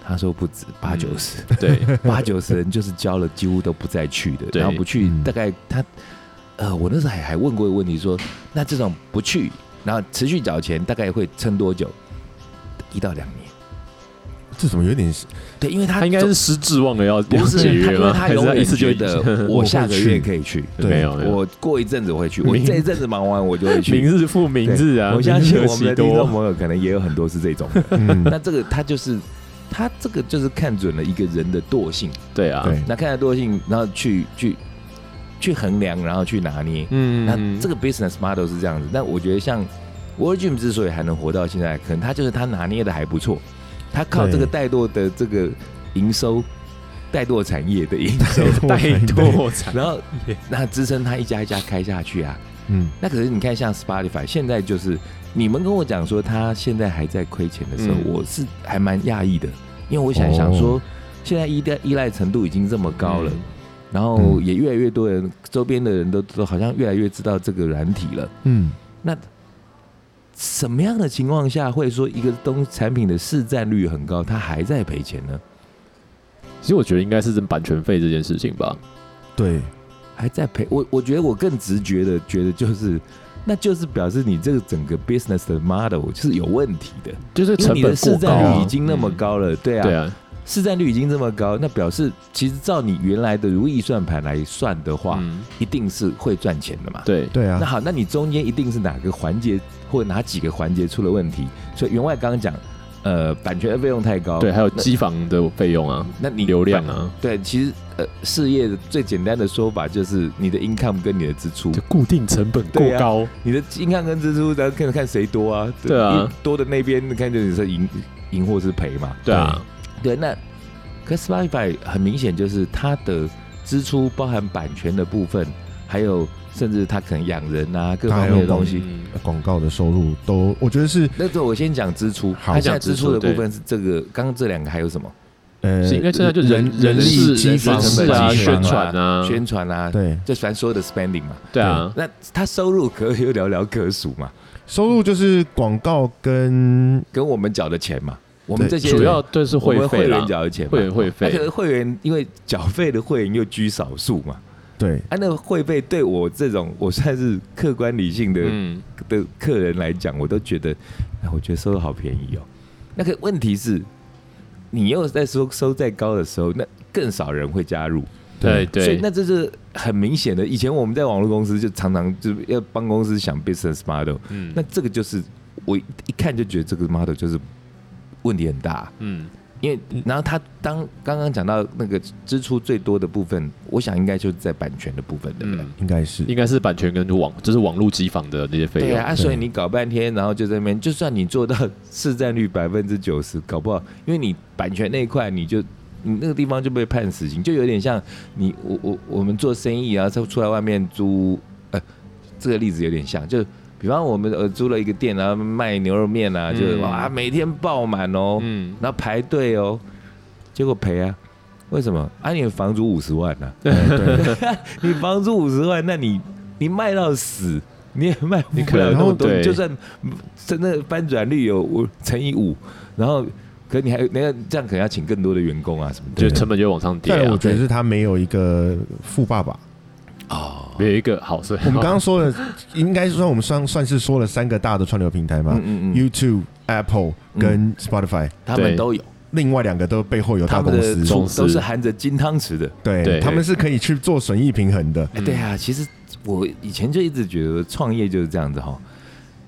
S3: 他说不止八九十，
S2: 对，
S3: 八九十人就是交了，几乎都不再去的，
S2: 对
S3: 然后不去，
S1: 嗯
S3: 大概他，呃，我那时候还还问过一个问题说，那这种不去，然后持续缴钱，大概会撑多久？一到两年，
S1: 这怎么有点
S3: 对，因为他
S2: 他应该
S3: 总
S2: 是失智忘了要要
S3: 不是
S2: 解
S3: 他，
S2: 约
S3: 因为
S2: 吗？
S3: 他
S2: 还是
S3: 永
S2: 他
S3: 远
S2: 一次就
S3: 觉得
S1: 我
S3: 我
S1: 会
S3: 下个
S1: 去
S3: 月可以去，哦
S1: 对
S2: 没有没有，
S3: 我过一阵子会去，我这一阵子忙完我就会
S2: 明
S3: 去。
S2: 日复明日啊，
S3: 我相信
S2: 明日
S3: 我们
S2: 喜
S3: 的听众
S2: 多，
S3: 朋友可能也有很多是这 种的。
S1: 嗯，
S3: 那这个他就是他这个就是看准了一个人的惰性，
S2: 对啊，
S1: 对
S3: 那看了惰性，然后去去去衡量，然后去拿捏。
S2: 嗯，
S3: 那这个 business model 是这样子，但我觉得像 w o r d Gym 之所以还能活到现在，可能他就是他拿捏的还不错，他靠这个带惰的这个营收，带惰产业的营 收，
S2: 怠惰嗯惨，
S3: 然后那支撑他一家一家开下去啊。
S1: 嗯，
S3: 那可是你看，像 Spotify 现在就是你们跟我讲说他现在还在亏钱的时候，
S2: 嗯
S3: 我是还蛮讶异的，因为我想
S1: 哦
S3: 想说，现在依赖依赖程度已经这么高
S2: 嗯
S3: 了，然后
S1: 嗯
S3: 也越来越多人周边的人都都好像越来越知道这个软体了。
S1: 嗯，
S3: 那什么样的情况下会说一个东产品的市占率很高，它还在赔钱呢？
S2: 其实我觉得应该是版权费这件事情吧，
S1: 对，
S3: 还在赔。我我觉得我更直觉的觉得就是，那就是表示你这个整个 business 的 model 是有问题的，
S2: 就是
S3: 因为
S2: 成
S3: 你
S2: 本
S3: 的
S2: 过
S3: 市
S2: 高
S3: 占
S2: 啊
S3: 率已经那么，高了，对
S2: 嗯
S3: 啊，
S2: 对啊，
S3: 市占率已经这么高，那表示其实照你原来的如意算盘来算的话，
S2: 嗯，
S3: 一定是会赚钱的嘛。
S2: 对，
S1: 对
S3: 那
S1: 啊，
S3: 好，那你中间一定是哪个环节或哪几个环节出了问题？所以员外刚刚讲，呃，版权的费用太高，
S2: 对，还有
S3: 那
S2: 机房的费用啊，
S3: 那你
S2: 流量啊，
S3: 对，其实呃，事业的最简单的说法就是你的 income 跟你的支出，
S2: 就固定成本过
S3: 对啊
S2: 高，
S3: 你的 income 跟支出，咱看看谁多啊？
S2: 对啊，
S3: 多的那边你看就是是赢赢或是赔嘛。
S2: 对啊，
S3: 对，那可 Spotify 很明显就是它的支出包含版权的部分，还有甚至它可能养人啊各方面的东西。
S2: 嗯
S1: 广告的收入都，我觉得是
S3: 那这我先讲支出，
S1: 好
S3: 它现在
S2: 讲支
S3: 支出
S2: 出
S3: 的
S2: 对
S3: 部分是这个，刚刚这两个还有什么？
S1: 呃，
S2: 是应该现在就
S1: 人
S2: 人
S1: 力
S2: 事、
S1: 机
S2: 人
S1: 房
S2: 事
S3: 成
S2: 啊、
S3: 本
S2: 宣
S3: 机
S2: 传啊，
S3: 宣传啊，
S1: 对
S3: 这传说的 spending 嘛。
S2: 对啊，
S3: 那他收入可有寥寥可数嘛，
S1: 收入就是广告跟
S3: 跟我们缴的钱嘛，我们这
S1: 对
S3: 些
S2: 主要就是
S3: 我
S2: 会
S3: 们
S2: 费
S3: 会
S2: 啦
S3: 员，缴的钱嘛，
S2: 会员会
S3: 那
S2: 费
S3: 可能，会员因为缴费的会员又居少数嘛，
S1: 对
S3: 啊，那个会费对我这种我算是客观理性的、
S2: 嗯，
S3: 的客人来讲，我都觉得，哎，我觉得收的好便宜哦。那个问题是，你又在说收再高的时候，那更少人会加入，
S2: 对
S3: 所以
S2: 对，
S3: 那这是很明显的。以前我们在网络公司就常常就要帮公司想 business model，
S2: 嗯
S3: 那这个就是我一一看就觉得这个 model 就是问题很大。
S2: 嗯
S3: 因为，然后他当刚刚讲到那个支出最多的部分，我想应该就是在版权的部分，对不对？
S2: 嗯，
S1: 应该是
S2: 应该是版权跟网，就是网络机房的那些费
S3: 对
S2: 用，嗯
S3: 啊，啊
S1: 对
S3: 所以你搞半天，然后就在那边，就算你做到市占率百分之九十，搞不好，因为你版权那一块，你就你那个地方就被判死刑，就有点像你我我我们做生意啊，出出来外面租，呃，这个例子有点像，就比方我们呃租了一个店，然后卖牛肉面啊，就是、
S2: 嗯
S3: 哇每天爆满哦，
S2: 嗯，
S3: 然后排队哦，结果赔啊。为什么？啊，你的房租五十万呐、
S1: 哎对，
S3: 你房租五十万，那你你卖到死，你也卖
S2: 你
S3: 不
S2: 可
S3: 了
S2: 能
S3: 那么多。
S2: 对
S3: 就算真的翻转率有五乘以五，然后可你还那个这样可能要请更多的员工啊什么
S2: 就
S1: 对
S3: 的。
S2: 成本就会往上跌
S1: 再来
S2: 啊
S1: 我，觉得是他没有一个富爸爸。
S3: 哦，
S2: 没有一个好是，
S1: 我们刚刚说了，应该算我们算算是说了三个大的串流平台嘛
S3: 嗯嗯嗯，
S1: ，YouTube、Apple
S2: 嗯
S1: 跟 Spotify，
S3: 他们
S2: 对
S3: 都有，
S1: 另外两个都背后有大
S3: 他
S1: 公
S3: 们的
S1: 司，
S3: 出
S2: 公司
S3: 都是含着金汤匙的。
S1: 对
S2: 对
S1: 他们是可以去做损益平衡的。
S3: 哎，
S2: 嗯
S3: 对啊，其实我以前就一直觉得创业就是这样子哈，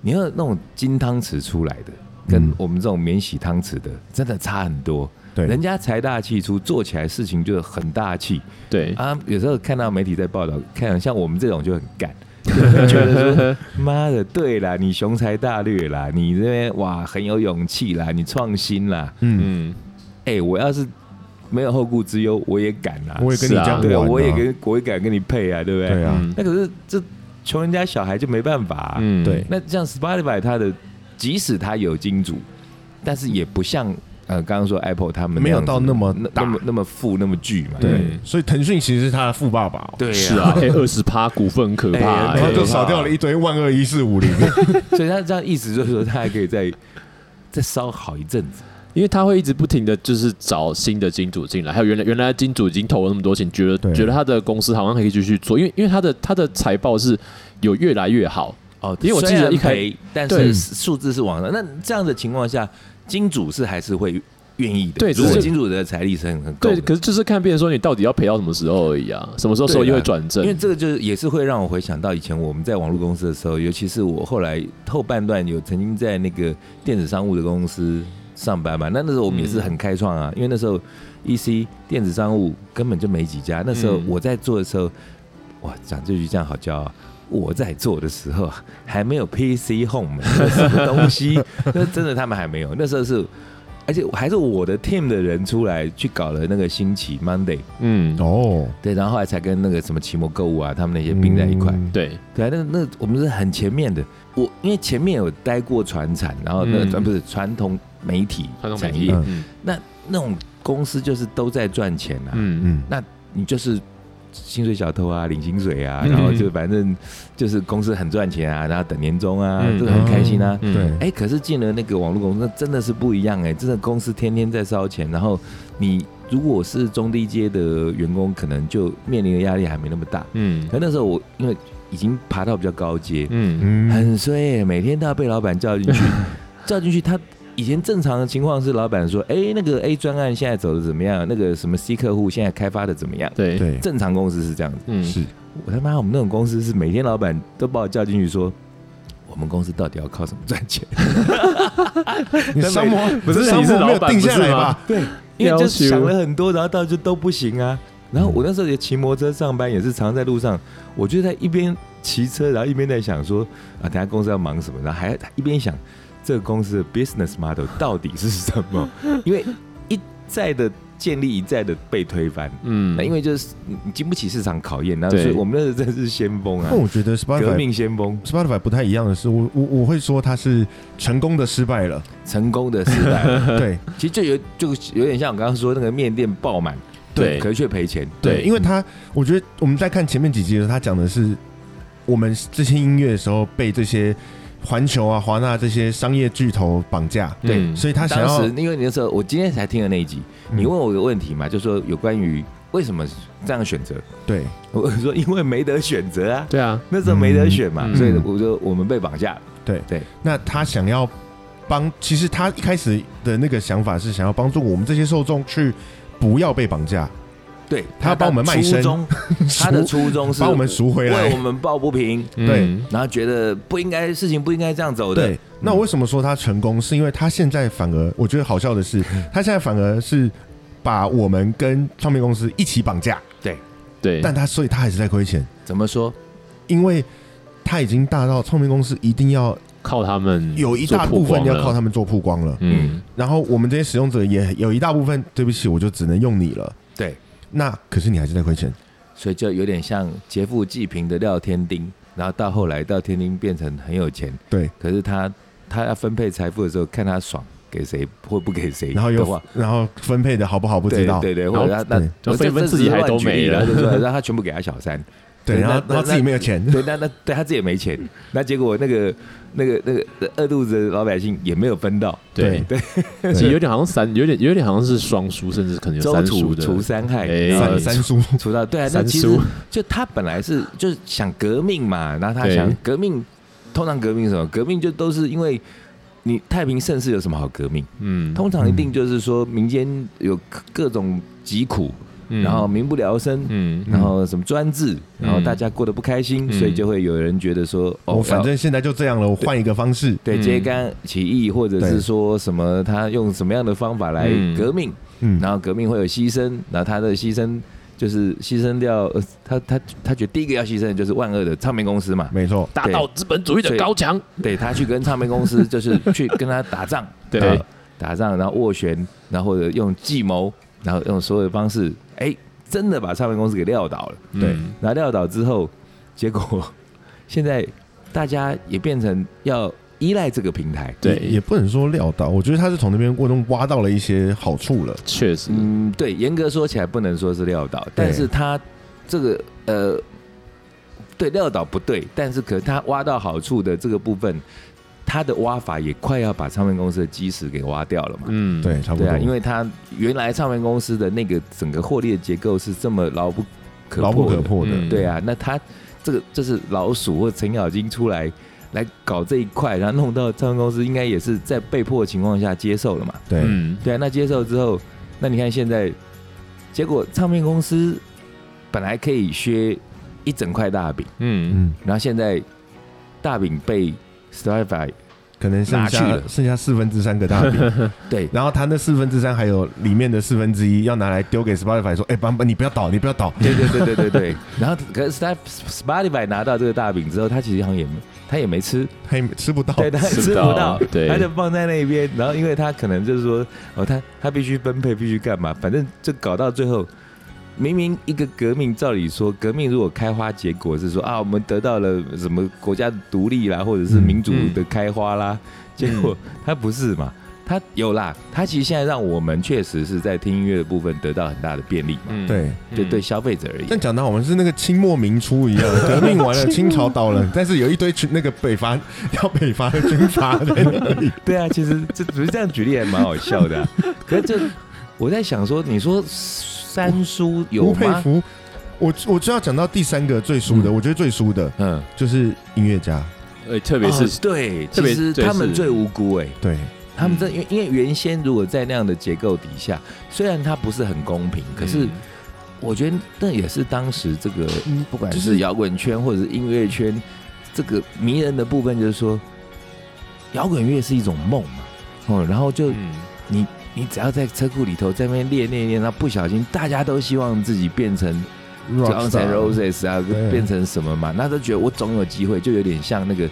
S3: 你要那种金汤匙出来的，跟
S1: 嗯
S3: 我们这种免洗汤匙的，真的差很多。
S1: 对，
S3: 人家财大气粗，做起来事情就是很大气
S2: 对，
S3: 啊。有时候看到媒体在报道，看像我们这种就很干，就
S1: 啊
S3: 会觉得说妈的，对啦，你雄才大略啦，你这边哇很有勇气啦，你创新啦，
S1: 嗯，
S2: 嗯，
S3: 哎、我要是没有后顾之忧，我也敢啦，
S1: 我也跟你
S2: 是啊
S1: 这样
S3: 对啊，
S1: 玩啊
S3: 我也跟我也敢跟你配啊，对不对？
S1: 对啊，
S2: 嗯
S3: 那可是这穷人家小孩就没办法、啊，
S2: 嗯，
S1: 对
S3: 那像 Spotify 它的，即使它有金主，但是也不像呃刚刚说 Apple 他们
S1: 没有
S3: 样子
S1: 到那么大
S3: 那么那么富那么巨嘛。
S1: 对
S2: 嗯，
S1: 所以腾讯其实是他的富爸爸哦，
S3: 对
S2: 是啊，哎，二十趴股份很可怕，
S3: 哎
S1: 然后
S2: 哎
S1: 就少掉了一堆万二一四五零。
S3: 所以他这样意思就是说，他还可以再再烧好一阵子。
S2: 因为他会一直不停的就是找新的金主进来，还有原来原来金主已经投了那么多钱，觉
S1: 对
S2: 得觉得他的公司好像可以继续做，因为因为他的他的财报是有越来越好，
S3: 哦
S2: 因为我记得
S3: 虽然
S2: 一开
S3: 赔，但
S2: 对
S3: 是数字是往上。那这样的情况下，金主是还是会愿意的。
S2: 对只
S3: 如
S2: 是
S3: 果金主的财力是很很够
S2: 对，
S3: 的。
S2: 可是就是看别人说你到底要赔到什么时候而已啊，什么时候收益会转正
S3: 因为？这个就是也是会让我回想到以前我们在网络公司的时候，尤其是我后来后半段有曾经在那个电子商务的公司上班嘛，那那时候我们也是很开创啊，因为那
S2: 嗯
S3: 时候 EC 电子商务根本就没几家，那时候
S2: 嗯
S3: 我在做的时候，哇，讲这句这样好骄傲啊。我在做的时候啊还没有 PC Home 那什么东西，那真的他们还没有。那时候是，而且还是我的 team 的人出来去搞了那个新奇 Monday，
S2: 嗯，
S1: 哦，
S3: 对，然后后来才跟那个什么奇摩购物啊，他们那些并在一块。
S1: 嗯
S2: 对，
S3: 对啊，那那我们是很前面的。我因为前面有待过传产，然后那
S2: 嗯
S3: 呃不是传统媒体产业，
S1: 嗯
S2: 嗯
S3: 那那种公司就是都在赚钱啊，
S2: 嗯
S1: 嗯，
S3: 你就是薪水小偷啊，领薪水啊，
S2: 嗯
S3: 然后就反正就是公司很赚钱啊，然后等年终啊，
S2: 嗯
S3: 这个很开心啊。
S2: 嗯
S1: 对，
S3: 哎、可是进了那个网络公司，那真的是不一样哎、真的公司天天在烧钱，然后你如果是中低阶的员工，可能就面临的压力还没那么大。
S2: 嗯
S3: 可那时候我因为已经爬到比较高阶，
S2: 嗯
S1: 嗯，
S3: 很衰欸、每天都要被老板叫进去，叫进去他。以前正常的情况是，老板说：“哎、那个 A 专案现在走的怎么样？那个什么 C 客户现在开发的怎么样
S2: 对，？”
S1: 对，
S3: 正常公司是这样子。
S2: 嗯
S1: 是
S3: 我他妈，我们那种公司是每天老板都把我叫进去说，我们公司到底要靠什么赚钱？
S1: 你商模
S2: 不是
S1: 商
S2: 你是
S1: 模没有
S2: 老板
S1: 定
S2: 不
S1: 下
S2: 是
S1: 来
S2: 吗
S1: 吧？
S3: 对，因为
S2: 要
S3: 就
S2: 求
S3: 想了很多，然后到就都不行啊。然后我那时候也骑摩托车上班，也是常在路上，我就在一边骑车，然后一边在想说啊，等下公司要忙什么，然后还一边想 这个公司的 business model 到底是什么？因为一再的建立一再的被推翻。
S2: 嗯
S3: 那因为就是你你经不起市场考验，那
S2: 对
S3: 所以我们那时候真的是先锋啊
S1: 但，我觉得
S3: 革
S1: Spotify
S3: 命先锋，
S1: Spotify 不太一样的是，我我我会说它是成功的失 败了，
S3: 成功的时 代。
S1: 对
S3: 其实就有就有点像我刚刚说那个面店爆满，
S2: 对
S3: 可是却赔钱。
S2: 对
S1: 因为它我觉得我们在看前面几集的时候，他讲的是我们这些音乐的时候被这些环球啊、华纳这些商业巨头绑架，
S3: 对
S2: 嗯
S1: 所以他想
S3: 当
S1: 要
S3: 时因为你那时候，我今天才听了那一集，
S1: 嗯
S3: 你问我一个问题嘛，就说有关于为什么这样选择，
S1: 对
S3: 我说因为没得选择啊，
S2: 对啊，
S3: 那时候没得选嘛，
S2: 嗯
S3: 所以我就我们被绑架了。
S1: 那他想要帮，其实他一开始的那个想法是想要帮助我们这些受众去不要被绑架，
S3: 对
S1: 他要帮我们卖身
S3: 初 衷，嗯他的初衷是
S1: 把我们赎回来
S3: 为我。们抱不平，
S1: 对
S2: 嗯
S3: 然后觉得不应该事情不应该这样走的
S1: 对。，那我为什么说他成功？是因为他现在反而，我觉得好笑的是，他现在反而是把我们跟唱片公司一起绑架，
S2: 对，
S1: 但他所以他还是在亏钱，
S3: 怎么说？
S1: 因为他已经大到唱片公司一定要
S2: 靠他们
S1: 有一大
S2: 做曝
S1: 部分
S2: 光
S1: 要
S2: 了
S1: 靠他们做曝光了，
S2: 嗯
S1: 然后我们这些使用者也有一大部分，对不起，我就只能用你了。
S3: 对，
S1: 那可是你还是在亏钱，
S3: 所以就有点像劫富济贫的廖天丁，然后到后来廖天丁变成很有钱，
S1: 对，
S3: 可是他他要分配财富的时候，看他爽给谁或不给谁的
S1: 然后
S3: 话，
S1: 又然后分配的好不好不
S3: 不
S1: 知道，
S3: 对对，
S2: 然后
S3: 或者他那
S1: 对
S2: 就
S3: 我
S2: 分
S3: 这
S2: 分
S3: 这
S2: 自己
S3: 只是
S2: 还
S3: 乱
S2: 都
S3: 举
S2: 没
S3: 例
S2: 了
S3: 然后就说让他全部给他小 三，
S1: 对
S3: 对
S1: 然后
S3: 那
S1: 然后自己没有钱，
S3: 对，那那对他自己也没钱，那结果那个那个那个饿肚子的老百姓也没有分到，
S2: 对
S1: 对
S2: 对， 其实有点好像三，有点有点好像是双输，甚至可能有
S3: 周
S2: 三输
S3: 除
S2: 的。
S3: 除三害，
S2: 哎
S3: 然后
S1: 三三叔，
S3: 除到对啊，那
S2: 三
S3: 其实
S2: 输
S3: 就他本来是就是想革命嘛，然后他
S2: 对
S3: 想革命，通常革命是什么？革命就都是因为你太平盛世有什么好革命？
S2: 嗯，
S3: 通常一定就是说民间有各种疾苦，
S2: 嗯
S3: 然后民不聊生，
S2: 嗯
S3: 然后什么专制，然后大家过得不开心，
S2: 嗯
S3: 所以就会有人觉得说，哦，
S1: 我反
S3: 要
S1: 正现在就这样了，我换一个方式，
S3: 对
S2: 嗯
S3: 揭竿起义，或者
S1: 对
S3: 是说什么他用什么样的方法来
S2: 嗯
S3: 革命，
S1: 嗯，
S3: 然后革命会有牺牲，然后他的牺牲就是牺牲掉，呃他他他觉得第一个要牺牲的就是万恶的唱片公司嘛，
S1: 没错，
S2: 打倒资本主义的
S3: 对
S2: 高墙，
S3: 对他去跟唱片公司就是去跟他打仗，
S2: 对
S3: 然后打仗，然后斡旋，然后或者用计谋，然后用所有的方式，哎，真的把唱片公司给撂倒了。
S1: 对
S2: 嗯
S3: 然后撂倒之后，结果现在大家也变成要依赖这个平台。
S1: 也也
S2: 对，
S1: 不能说料到，我觉得他是从那边过中挖到了一些好处了，
S2: 确实，
S3: 嗯，对，严格说起来不能说是撂倒，但是他这个呃，对撂倒不对，但是可他挖到好处的这个部分，他的挖法也快要把唱片公司的基石给挖掉了嘛。
S2: 嗯，
S1: 对，差不
S3: 对
S1: 多，
S3: 啊，因为他原来唱片公司的那个整个获利的结构是这么牢不可
S1: 牢不
S3: 破的
S1: 可破的，
S2: 嗯
S3: 对啊，那他这个就是老鼠或程咬金出来来搞这一块，然后弄到唱片公司应该也是在被迫的情况下接受了嘛。
S1: 对，
S2: 嗯，
S3: 对啊，那接受之后，那你看现在，结果唱片公司本来可以削一整块大饼，
S2: 嗯
S1: 嗯，
S3: 然后现在大饼被 Spotify
S1: 可能剩
S3: 拿去
S1: 下
S3: 了
S1: 剩下四分之三个大饼，
S3: 对
S1: 然后他那四分之三还有里面的四分之一要拿来丢给 Spotify 说，哎，版本你不要倒，你不要倒，
S3: 对对对对对对， 然后可是 Spotify 拿到这个大饼之后，他其实好像也没他也没吃，
S1: 他也吃不到，
S3: 对，他也
S2: 吃
S3: 哦
S2: 不
S3: 吃不
S2: 到
S3: 到，
S2: 对
S3: 他就放在那边。然后，因为他可能就是说，哦，他他必须分配，必须干嘛，反正就搞到最后，明明一个革命，照理说，革命如果开花结果是说啊，我们得到了什么国家的独立啦，或者是民主的开花啦，结果他不是嘛。他有啦，他其实现在让我们确实是在听音乐的部分得到很大的便利嘛，
S2: 嗯，
S1: 对。
S2: 嗯
S3: 就对，消费者而言
S1: 但，讲到我们是那个清末民初一样，革命完了，清朝倒了，但是有一堆群那个北伐要北伐的军阀在那里，
S3: 对啊，其实这只是这样举例还蛮好笑 的啊、可是这我在想说，你说三叔 有
S1: 吴佩
S3: 吗？
S1: 孚。我我就要讲到第三个最输的，我觉得最输的
S3: 嗯，
S1: 就是音乐家，
S2: 呃，特别是
S3: 哦对，嗯
S2: 特
S3: 其
S2: 别
S3: 实
S2: 对
S3: 他们
S2: 是
S3: 最无辜哎、
S1: 对
S3: 他们这因为因为原先如果在那样的结构底下，虽然它不是很公平，
S2: 嗯
S3: 可是我觉得那也是当时这个嗯不管
S1: 就是
S3: 是摇滚圈或者是音乐圈这个迷人的部分，就是说摇滚乐是一种梦嘛，哦，然后就
S2: 嗯
S3: 你只要在车库里头在那边练练练，那不小心大家都希望自己变成 Guns N'
S1: Rockstar
S3: Roses 啊
S1: 对，
S3: 变成什么嘛？那都觉得我总有机会，就有点像那个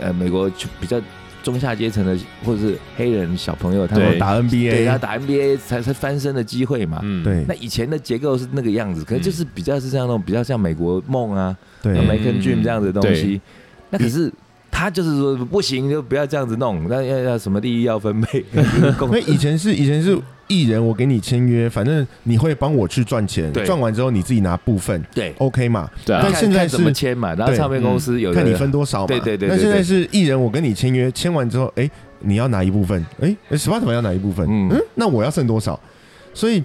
S3: 呃美国比较中下阶层的或者是黑人小朋友，他
S2: 对
S3: 们
S1: 打
S3: 给他
S1: NBA，
S3: 打 NBA 才才翻身的机会嘛。
S2: 嗯，
S1: 对
S3: 啊那以前的结构是那个样子，可是就是比较是像那种比较像美国梦啊、
S2: 嗯
S1: 嗯对
S2: 没
S3: American Dream 这样子的东西。那可是他就是说不行，就不要这样子弄，那要要什么利益要分 配，就是共
S1: 因为以前是以前是艺人，我给你签约，反正你会帮我去赚钱，
S3: 对
S1: 赚完之后你自己拿部分
S3: 对，
S1: ，OK 嘛？
S2: 对啊
S1: 但，
S3: 看
S1: 现在
S3: 看
S1: 是
S3: 怎么签嘛，然后
S1: 对
S3: 唱片公司有的
S1: 看你分多少嘛。
S3: 对对对对
S1: 那现在
S3: 对
S1: 是艺人，我跟你签约，签完之后，哎、你要拿一部分，哎、s p o t i f y 要拿一部分，嗯
S3: 嗯
S1: 那我要剩多少？所以，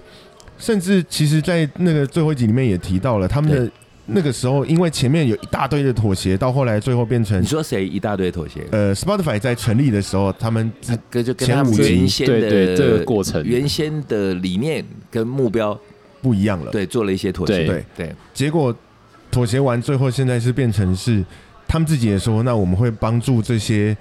S1: 甚至其实，在那个最后一集里面也提到了他们的。那个时候，因为前面有一大堆的妥协，到后来最后变成
S3: 你说谁一大堆妥协，
S1: 呃，Spotify 在成立的时候，他们自
S3: 跟就跟
S1: 呃前
S3: 他们
S1: 五集
S3: 原先
S2: 对
S3: 的
S2: 对，这个过程，
S3: 原先的理念跟目标，
S1: 不一样了。
S3: 对，做了一些妥协，
S1: 对
S3: 对，
S1: 结果妥协完，最后现在是变成是他们自己也说，那我们会帮助这些，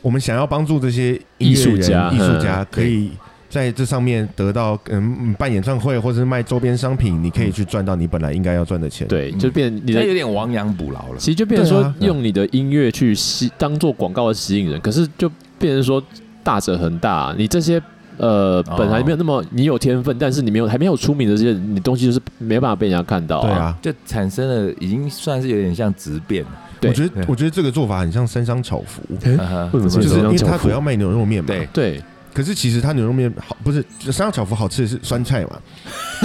S1: 我们想要帮助这些音乐人
S2: 艺术家
S1: 艺术家
S2: 嗯
S1: 可以在这上面得到嗯嗯办演唱会或者是卖周边商品，你可以去赚到你本来应该要赚的钱。
S2: 对，就变你
S3: 那有
S2: 的，
S3: 点亡羊补牢了。
S2: 其实就变成
S1: 嗯对
S2: 说
S1: 啊
S2: 用你的音乐去吸，当做广告的吸引人，可是就变成说大者恒大，啊你这些。呃，
S3: 哦
S2: 本来没有那么你有天分，但是你没有还没有出名的这些，你东西就是没办法被人家看到、
S1: 对，啊，
S3: 就产生了，已经算是有点像质变了。
S2: 对嗯
S1: 我觉得
S3: 对
S1: 我觉得这个做法很像三商巧福，
S3: 啊哈
S2: 为什么
S1: 就
S2: 这
S1: 是
S2: 三
S1: 因
S2: 商
S1: 为
S2: 巧
S1: 他
S2: 福
S1: 主要卖牛肉面嘛。
S3: 对，
S2: 对，
S1: 可是其实他牛肉面好不是三商巧福好吃的是酸菜嘛？？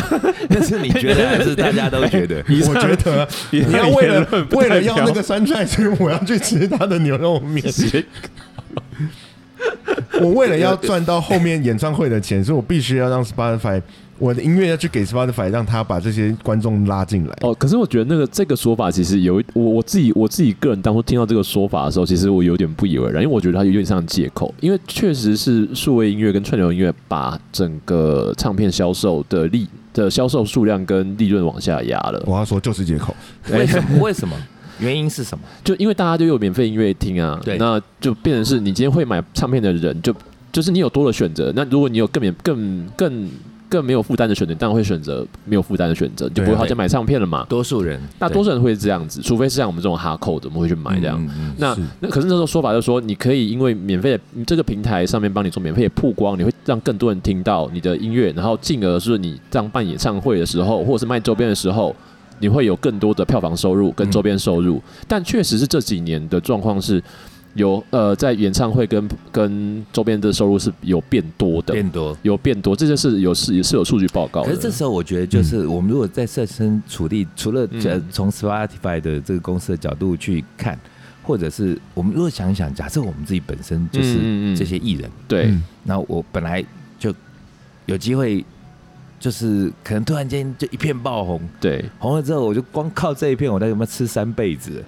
S3: 但是你觉得还是大家都觉得
S1: 我 觉得
S2: 你
S1: 你要为了为了要那个酸菜，所以我要去吃他的牛肉面。 我为了要赚到后面演唱会的钱，所以我必须要让 Spotify 我的音乐要去给 Spotify，让他把这些观众拉进来。
S2: 哦，可是我觉得那个这个说法其实有一我我自己我自己个人当初听到这个说法的时候，其实我有点不以为然，因为我觉得它有点像借口，因为确实是数位音乐跟串流音乐把整个唱片销售的利的销售数量跟利润往下压了，
S1: 我要说就是借口，
S3: 为什么？为什么？原因是什么？
S2: 就因为大家就有免费音乐听啊，
S3: 对
S2: 那就变成是你今天会买唱片的人就就是你有多的选择，那如果你有更免更更更没有负担的选择，当然会选择没有负担的选择，你就不
S1: 对
S2: 会
S1: 啊
S2: 花钱买唱片了嘛。
S3: 多数人，
S2: 大
S3: 对
S2: 多数人会这样子，除非是像我们这种哈扣的，我们会去买这样。
S3: 嗯嗯
S2: 那
S1: 是
S2: 那可是那时候说法就是说，你可以因为免费的这个平台上面帮你做免费的曝光，你会让更多人听到你的音乐，然后进而是你这样办演唱会的时候，或者是卖周边的时候，你会有更多的票房收入跟周边收
S3: 嗯
S2: 入。但确实是这几年的状况是有呃，在演唱会跟跟周边的收入是有变多
S3: 嗯
S2: 的，
S3: 变多。
S2: 有变多，这就是有是也是有数据报告的。
S3: 可是这时候，我觉得就是我们如果在设身处地，除了
S2: 嗯
S3: 呃从 Spotify 的这个公司的角度去看，或者是我们如果想一想，假设我们自己本身就是
S2: 嗯嗯嗯
S3: 这些艺人，
S2: 对、
S1: 嗯
S3: 那我本来就有机会，就是可能突然间就一片爆红，
S2: 对，
S3: 红了之后我就光靠这一片，我在有没有吃三辈子了？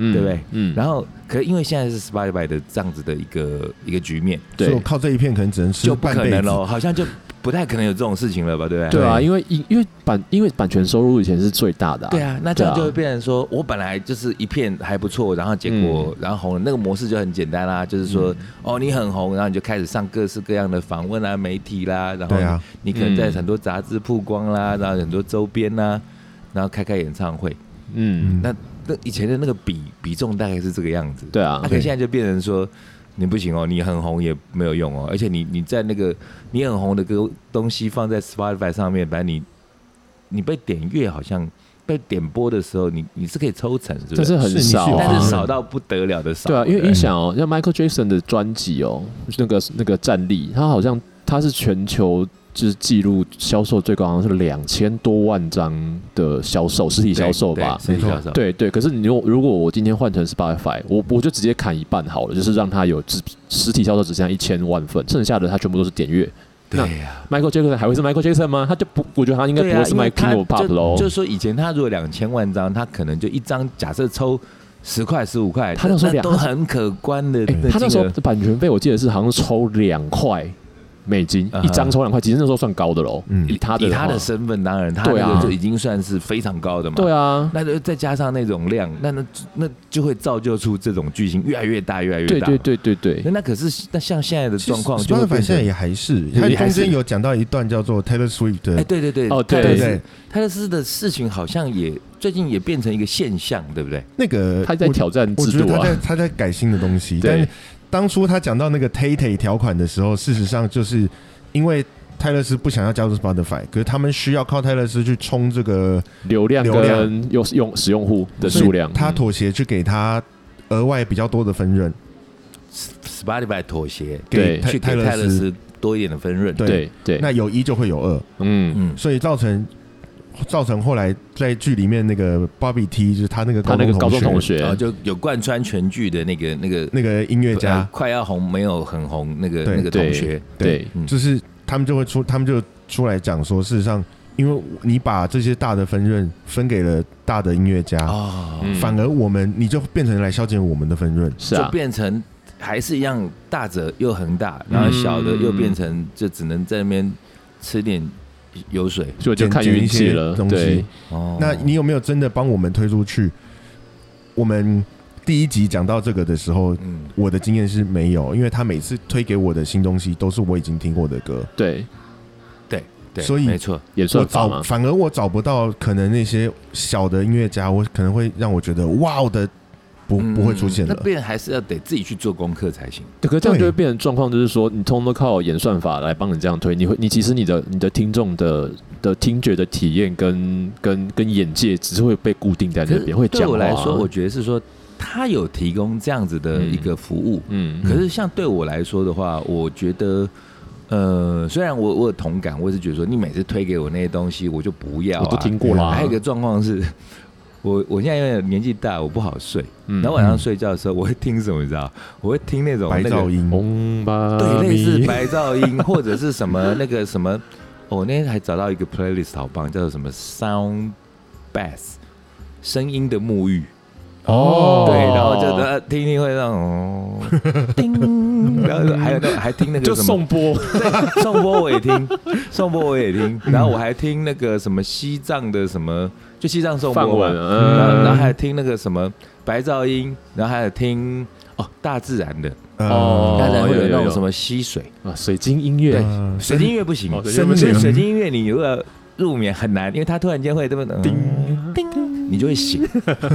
S2: 嗯
S3: 对不对？
S2: 嗯，
S3: 然后，可因为现在是 Spotify 的这样子的一个一个局面，
S1: 所以
S2: 对
S1: 我靠这一片可能只能吃
S3: 就不
S1: 半
S3: 可
S1: 辈
S3: 能
S1: 子。
S3: 了，好像就不太可能有这种事情了吧，对不对？
S2: 对啊，
S1: 对
S2: 因为因因为版因为版权收入以前是最大的、啊，
S3: 对啊，那这样
S2: 对啊
S3: 就会变成说，我本来就是一片还不错，然后结
S2: 嗯
S3: 果、然后红了，那个模式就很简单啦、就是说，哦，你很红，然后你就开始上各式各样的访问啊、媒体啦，然后
S1: 对啊
S3: 你可能在
S2: 嗯
S3: 很多杂志曝光啦，然后很多周边啦，然后开开演唱会，
S2: 嗯，
S3: 那那以前的那个比比重大概是这个样子，
S2: 对啊
S3: 那、，可是现在就变成说，你不行哦，你很红也没有用哦，而且你你在那个你很红的歌东西放在 Spotify 上面，反正你你被点阅好像被点播的时候，你你是可以抽成，是不
S2: 但
S3: 是？
S2: 是很
S1: 是你
S2: 少、
S1: 去
S2: 啊，
S1: 划
S3: 但是
S1: 分
S3: 少到不得了的少。哎
S2: 对啊，因为
S3: 不
S2: 你想哦，像 Michael Jackson 的专辑哦，那个那个战力，他好像他是全球就是记录销售最高，好像是两千多万张的销售，实体销售吧。
S3: 对实体
S1: 没错
S3: 销售。
S2: 对对，可是你如如果我今天换成 Spotify，我我就直接砍一半好了，就是让他有只实体销售只剩下一千万份，剩下的他全部都是点阅。那
S3: 对啊呀、
S2: Michael Jackson 还会是 Michael Jackson 吗？他就不，我觉得啊他应该
S3: 对
S2: 不
S3: 啊，
S2: 会是 Michael Pop 喽
S3: 就。就是说以前他如果两千万张，他可能就一张，假设抽十块十五块，
S2: 他那时候两
S3: 都很可观的
S2: 哎、
S3: 的
S2: 他那时
S3: 金
S2: 候
S3: 额
S2: 版权费我记得是好像抽两块美金，
S3: 啊哈
S2: 一张抽两块，其实那时候算高的喽。
S1: 嗯
S2: 以他的
S3: 以
S2: 话
S3: 他的身份，当然他
S2: 对啊
S3: 那个就已经算是非常高的嘛。
S2: 对啊，
S3: 那就再加上那种量，那那那就会造就出这种巨星越来越大，越来越
S2: 对
S3: 大。
S2: 对对对对，
S3: 那那可是那像现在的
S1: 其实
S3: 状况就会变
S1: Spotify
S3: 成，
S1: 现在也还是，
S3: 也
S1: 它
S3: 还是
S1: 中间有讲到一段叫做 Taylor Swift
S3: 哎、
S1: 的，
S3: 对对对，
S2: 哦
S1: 对
S3: 泰勒
S1: 不
S2: 对
S3: 斯
S1: 对，
S3: 泰勒斯的事情好像也最近也变成一个现象，对不对？
S1: 那个
S2: 他在
S1: 我
S2: 挑战
S1: 我
S2: 制
S1: 觉得
S2: 度
S1: 他
S2: 啊
S1: 在。他在改新的东西，但
S2: 对
S1: 是当初他讲到那个 Tay Tay 条款的时候，事实上就是因为泰勒斯不想要加入 Spotify，可是他们需要靠泰勒斯去冲这个
S2: 流量
S1: 流量
S2: 跟用用使用户的
S1: 所以
S2: 数量，
S1: 他
S2: 嗯
S1: 妥协去给他额外比较多的分润，
S3: Spotify 妥协，
S1: 给
S2: 对
S1: 泰
S3: 去给泰勒
S1: 勒斯。
S3: 斯多一点的分润。
S1: 对
S2: 对对，
S1: 那有一就会有二，
S2: 嗯，
S3: 嗯，
S1: 所以造成造成后来在剧里面那个 Bobby T 就是他那个
S2: 他那个高中同
S1: 学啊
S2: 学
S3: 然后就有贯穿全剧的那个那个
S1: 那个音乐
S3: 呃
S1: 家，
S3: 快要红没有很红那个
S1: 对
S3: 那个同学，
S2: 对
S3: 嗯
S1: 就是他们就会出，他们就出来讲说，事实上，因为你把这些大的分润分给了大的音乐家，
S3: 哦，
S2: 嗯
S1: 反而我们你就变成来削减我们的分润。
S2: 是
S3: 就
S2: 啊，
S3: 变成还是一样大者又恒大，然后小的又变成就只能在那边吃点油水。
S2: 所以就
S1: 减
S2: 看
S1: 减一
S2: 运气
S1: 些
S2: 了，
S1: 东
S2: 对
S1: 西，
S3: 哦，
S1: 那你有没有真的帮我们推出去？我们第一集讲到这个的时候，
S3: 嗯，
S1: 我的经验是没有，因为他每次推给我的新东西都是我已经听过的歌，
S2: 对，
S3: 对，
S1: 所以
S3: 没错，
S2: 也
S1: 我
S2: 算法
S1: 找
S2: 嘛，
S1: 反而我找不到可能那些小的音乐家，我可能会让我觉得哇哦的不
S3: 嗯
S1: 不会出现
S3: 那
S1: 了。
S3: 别人还是要得自己去做功课才行。
S2: 对，可是这
S1: 对
S2: 样就会变成状况，就是说你通通都靠演算法来帮你这样推，你会你其实你的你的听众的的听觉的体验跟跟跟眼界只是会被固定在那
S3: 可是
S2: 边，会
S3: 对
S2: 讲
S3: 我
S2: 话
S3: 来说，我
S2: 啊。
S3: 觉得是说他有提供这样子的一个服务，
S2: 嗯，
S3: 可是像对我来说的话，我觉得。呃，虽然我我有同感，我也是觉得说，你每次推给我那些东西，我就不要、啊。
S2: 我都听过啦。
S3: 还有一个状况是，我我现在因为年纪大，我不好睡。
S2: 嗯，
S3: 然后晚上睡觉的时候，我会听什么？你知道？我会听那种
S1: 白
S3: 那
S1: 噪
S3: 个
S1: 音，
S2: 嗡吧
S3: 对，类似
S2: 呃咪
S3: 白噪 音或者是什么那个什么。哦我那天还找到一个 playlist 好棒，叫做什么 Sound Bath，声音的沐浴。
S2: 哦，
S3: 对，然后就呃听一听会让哦叮，然后还有那个还听那
S2: 就
S3: 个什么
S2: 送播，
S3: 对宋波我也听，宋波我也听，然后我还听那个什么西藏的什么，就西藏宋
S2: 范
S3: 波嘛
S2: 文，，
S3: 然后，然后
S2: 嗯，
S3: 还有听那个什么白噪音，然后还有听哦大自然的，
S1: 呃
S2: 哦
S3: 大自然会
S2: 有
S3: 有
S2: 有
S3: 那种
S2: 有
S3: 什么溪水，
S2: 啊，水晶音乐，
S1: 呃
S3: 水晶音乐不行
S2: 哦，
S1: 森
S2: 不
S1: 林
S2: 行
S3: 所以水晶音乐你如果入眠很难，因为它突然间会这么叮叮，你就会 醒，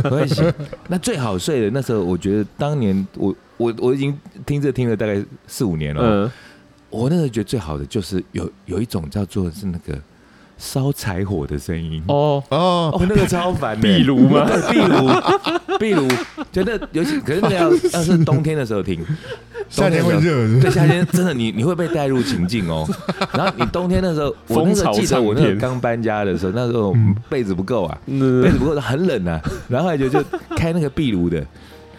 S3: 我会醒。那最好睡的那时候，我觉得当年我我我已经听这听了大概四五年了，
S2: 嗯，
S3: 我那时候觉得最好的就是有有一种叫做是那个烧柴火的声音。
S2: 哦，
S1: 哦，
S3: 哦，那个超 烦的，
S2: 壁炉吗？
S3: 对，壁炉，壁炉，就那尤其可是那要要是冬天的时 候听，
S1: 夏天会
S3: 冬的时
S1: 热，
S3: 候，
S1: 是
S3: 对，夏天真的你你会被带入情境哦。然后你冬天的 时候，我那
S2: 风
S3: 时
S2: 潮
S3: 候记得我那
S2: 苍
S3: 时候
S2: 天
S3: 刚搬家的时候，那时候被子不够啊， 被
S2: 嗯
S3: 子不够很冷啊，然后后来就就开那个壁炉的，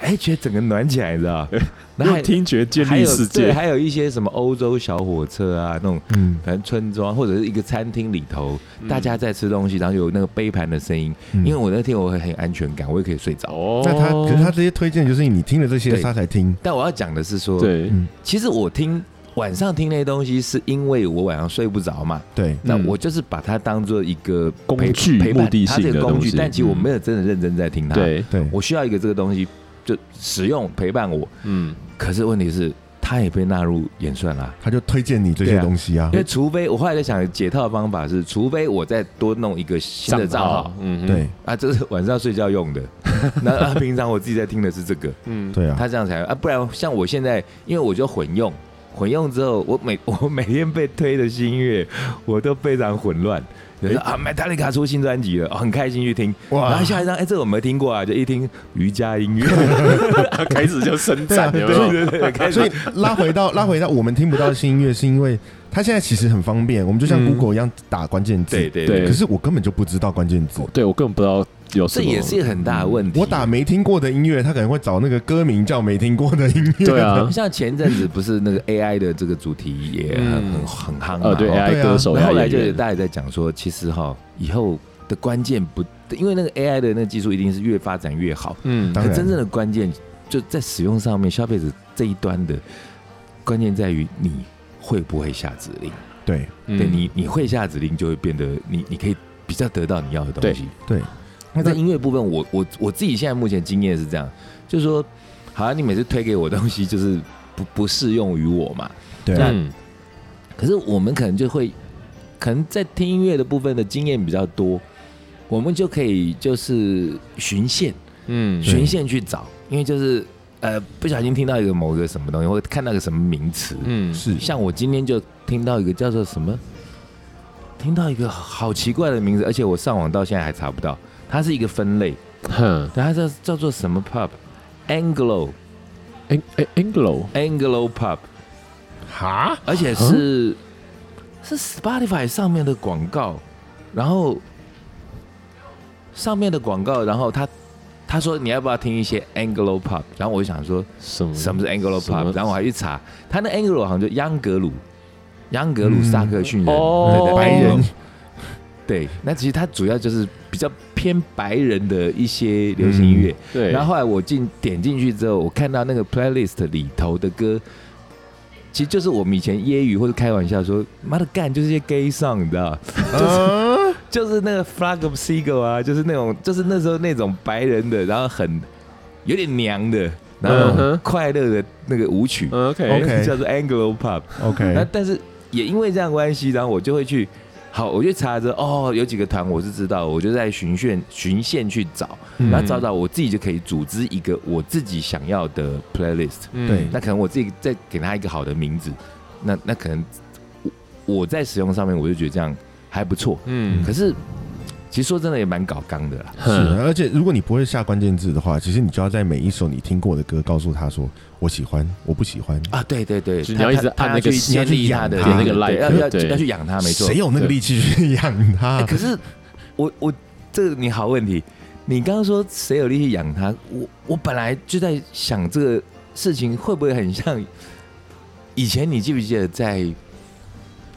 S3: 哎，觉得整个暖起来，你 知道吧？然后还
S2: 用听觉建
S3: 还
S2: 立
S3: 有
S2: 世
S3: 对
S2: 界，
S3: 还有一些什么欧洲小火车啊，那种
S1: 嗯，
S3: 可能村庄或者是一个餐厅里头，
S2: 嗯
S3: 大家在吃东西，然后有那个杯盘的声音。
S1: 嗯
S3: 因为我那天我会很有安全感，我也可以睡着。
S2: 哦，
S1: 那他可是他这些推荐就是你听了这些
S3: 对
S1: 他才听，
S3: 但我要讲的是说，
S2: 对
S1: 嗯
S3: 其实我听晚上听那些东西，是因为我晚上睡不着嘛。
S1: 对，
S3: 那
S2: 嗯
S3: 我就是把它当做一个
S2: 工
S3: 陪
S2: 具
S3: 陪伴
S2: 目的性
S3: 它这
S2: 的
S3: 个工具，
S2: 东西
S3: 但其实我
S2: 嗯
S3: 没有真的认真在听它。，
S2: 对，
S1: 对，
S3: 我需要一个这个东西就使用陪伴我。
S2: 嗯，
S3: 可是问题是，它也被纳入演算啦。
S1: 他就推荐你这
S3: 对
S1: 些
S3: 啊
S1: 东西啊
S3: 因，为除非我后来在想解套的方法是，除非我再多弄一个新的账号，，
S2: 嗯，
S1: 对，
S3: 啊，这是晚上睡觉用的。那、啊、平常我自己在听的是这个，
S2: 嗯，
S1: 对啊，
S3: 他这样才啊，不然像我现在，因为我就混用，混用之后，我每 我每天被推的新音乐，我都非常混乱。有时候啊，Metallica 出新专辑了、哦很开心去听。然
S1: 哇
S3: 后，下一张，哎、这个我没听过啊，就一听瑜伽音乐，
S2: 他开始就伸
S1: 对啊
S2: 展，有没有？
S3: 对对对，开
S1: 所
S3: 始
S1: 以拉回到拉回到我们听不到新音乐，是因为他现在其实很方便，我们就像
S2: 嗯
S1: Google 一样打关键字
S3: 对，对对，啊
S1: 可是我根本就不知道关键字。
S2: 对我根本不知道有什
S3: 这
S2: 么，
S3: 也是很大的问题。
S1: 嗯我打没听过的音乐，他可能会找那个歌名叫没听过的音乐。
S2: 对，啊，
S3: 像前阵子不是那个 AI 的这个主题也很、
S2: 嗯
S3: 很很夯嘛，
S2: 呃，对
S3: 哦
S1: 对啊
S2: ，AI 歌手，
S3: 然后后来
S2: AI
S3: 就
S2: 演
S3: 有
S2: 员
S3: 大家也在讲说，其实哈，以后的关键不，因为那个 AI 的那个技术一定是越发展越好，
S2: 嗯，
S1: 当
S3: 可
S1: 然
S3: 真正的关键就在使用上面，消费者这一端的关键在于你会不会下指令，
S1: 对
S3: 对
S2: 嗯
S3: 你你会下指令就会变得你你可以比较得到你要的东西。
S1: 对，
S3: 那
S1: 那
S3: 在
S1: 在
S3: 音乐部分，我我我自己现在目前经验是这样，就是说，好像你每次推给我东西就是不不适用于我嘛，
S1: 对啊，
S2: 嗯，
S3: 可是我们可能就会，可能在听音乐的部分的经验比较多，我们就可以就是循线
S2: 嗯，
S3: 循线去找，因为就是呃不小心听到一个某个什么东西，或者看到个什么名词，
S2: 嗯，
S1: 是
S3: 像我今天就听到一个叫做什么，听到一个好奇怪的名字，而且我上网到现在还查不到，它是一个分类，
S2: 哼，
S3: 它叫叫做什么 pub，Anglo
S2: Ang Ang- Anglo
S3: Anglo pub，
S1: 哈，
S3: 而且是是 Spotify 上面的广告，然后上面的广告，然后他他说你要不要听一些 Anglo pub，然后我就想说
S2: 什么
S3: 什么是 Anglo
S2: 嗯什么
S3: pub，然后我还去查，他那 Anglo 好像就央格鲁，央格鲁萨克逊
S2: 嗯
S3: 人，
S2: 哦
S3: 对对
S1: 白
S3: 白
S1: 人
S3: 人。对，那其实他主要就是比较偏白人的一些流
S2: 嗯
S3: 行音乐，
S2: 对，
S3: 然后后来我进点进去之后，我看到那个 playlist 里头的歌，其实就是我们以前揶揄或者开玩笑说，妈的干就是一些 gay song，你知道，
S2: 啊
S1: 嗯
S3: 就是那个 flag of seagull 啊，就是那种就是那时候那种白人的，然后很有点娘的，
S2: 嗯
S3: 然后
S2: 哼
S3: 快乐的那个舞曲，
S2: 嗯
S1: OK
S2: OK，哎
S3: 叫做 Anglo Pop。那哦
S1: ，OK，
S3: 但是也因为这样的关系，然后我就会去，好，我就查着哦，有几个团我是知道，我就在循线循线去找，
S1: 嗯
S3: 然后找找我自己就可以组织一个我自己想要的 playlist。
S2: 嗯
S1: 对
S3: 那可能我自己再给它一个好的名字，那那可能我我在使用上面我就觉得这样还不错。
S2: 嗯
S3: 可是其实说真的也蛮搞刚的啦。
S1: 是，啊
S2: 哼
S1: 而且如果你不会下关键字的话，其实你就要在每一首你听过的歌告诉他说我喜欢，我不喜欢。
S3: 啊，对对对，
S2: 就是
S3: 他
S2: 你要一直
S3: 他他
S2: 按那个啊
S3: 去
S1: 你要
S3: 建
S1: 去
S3: 立
S1: 养
S3: 它的
S1: 它
S2: 那个 like，
S3: 要要
S2: 对
S3: 要去养它，没错。
S1: 谁有那个
S2: 对
S1: 力气去养
S3: 哎、
S2: 啊
S1: 它？
S3: 可是我我这个你好问题，你刚刚说谁有力气养它？我我本来就在想这个事情会不会很像以前，你记不记得在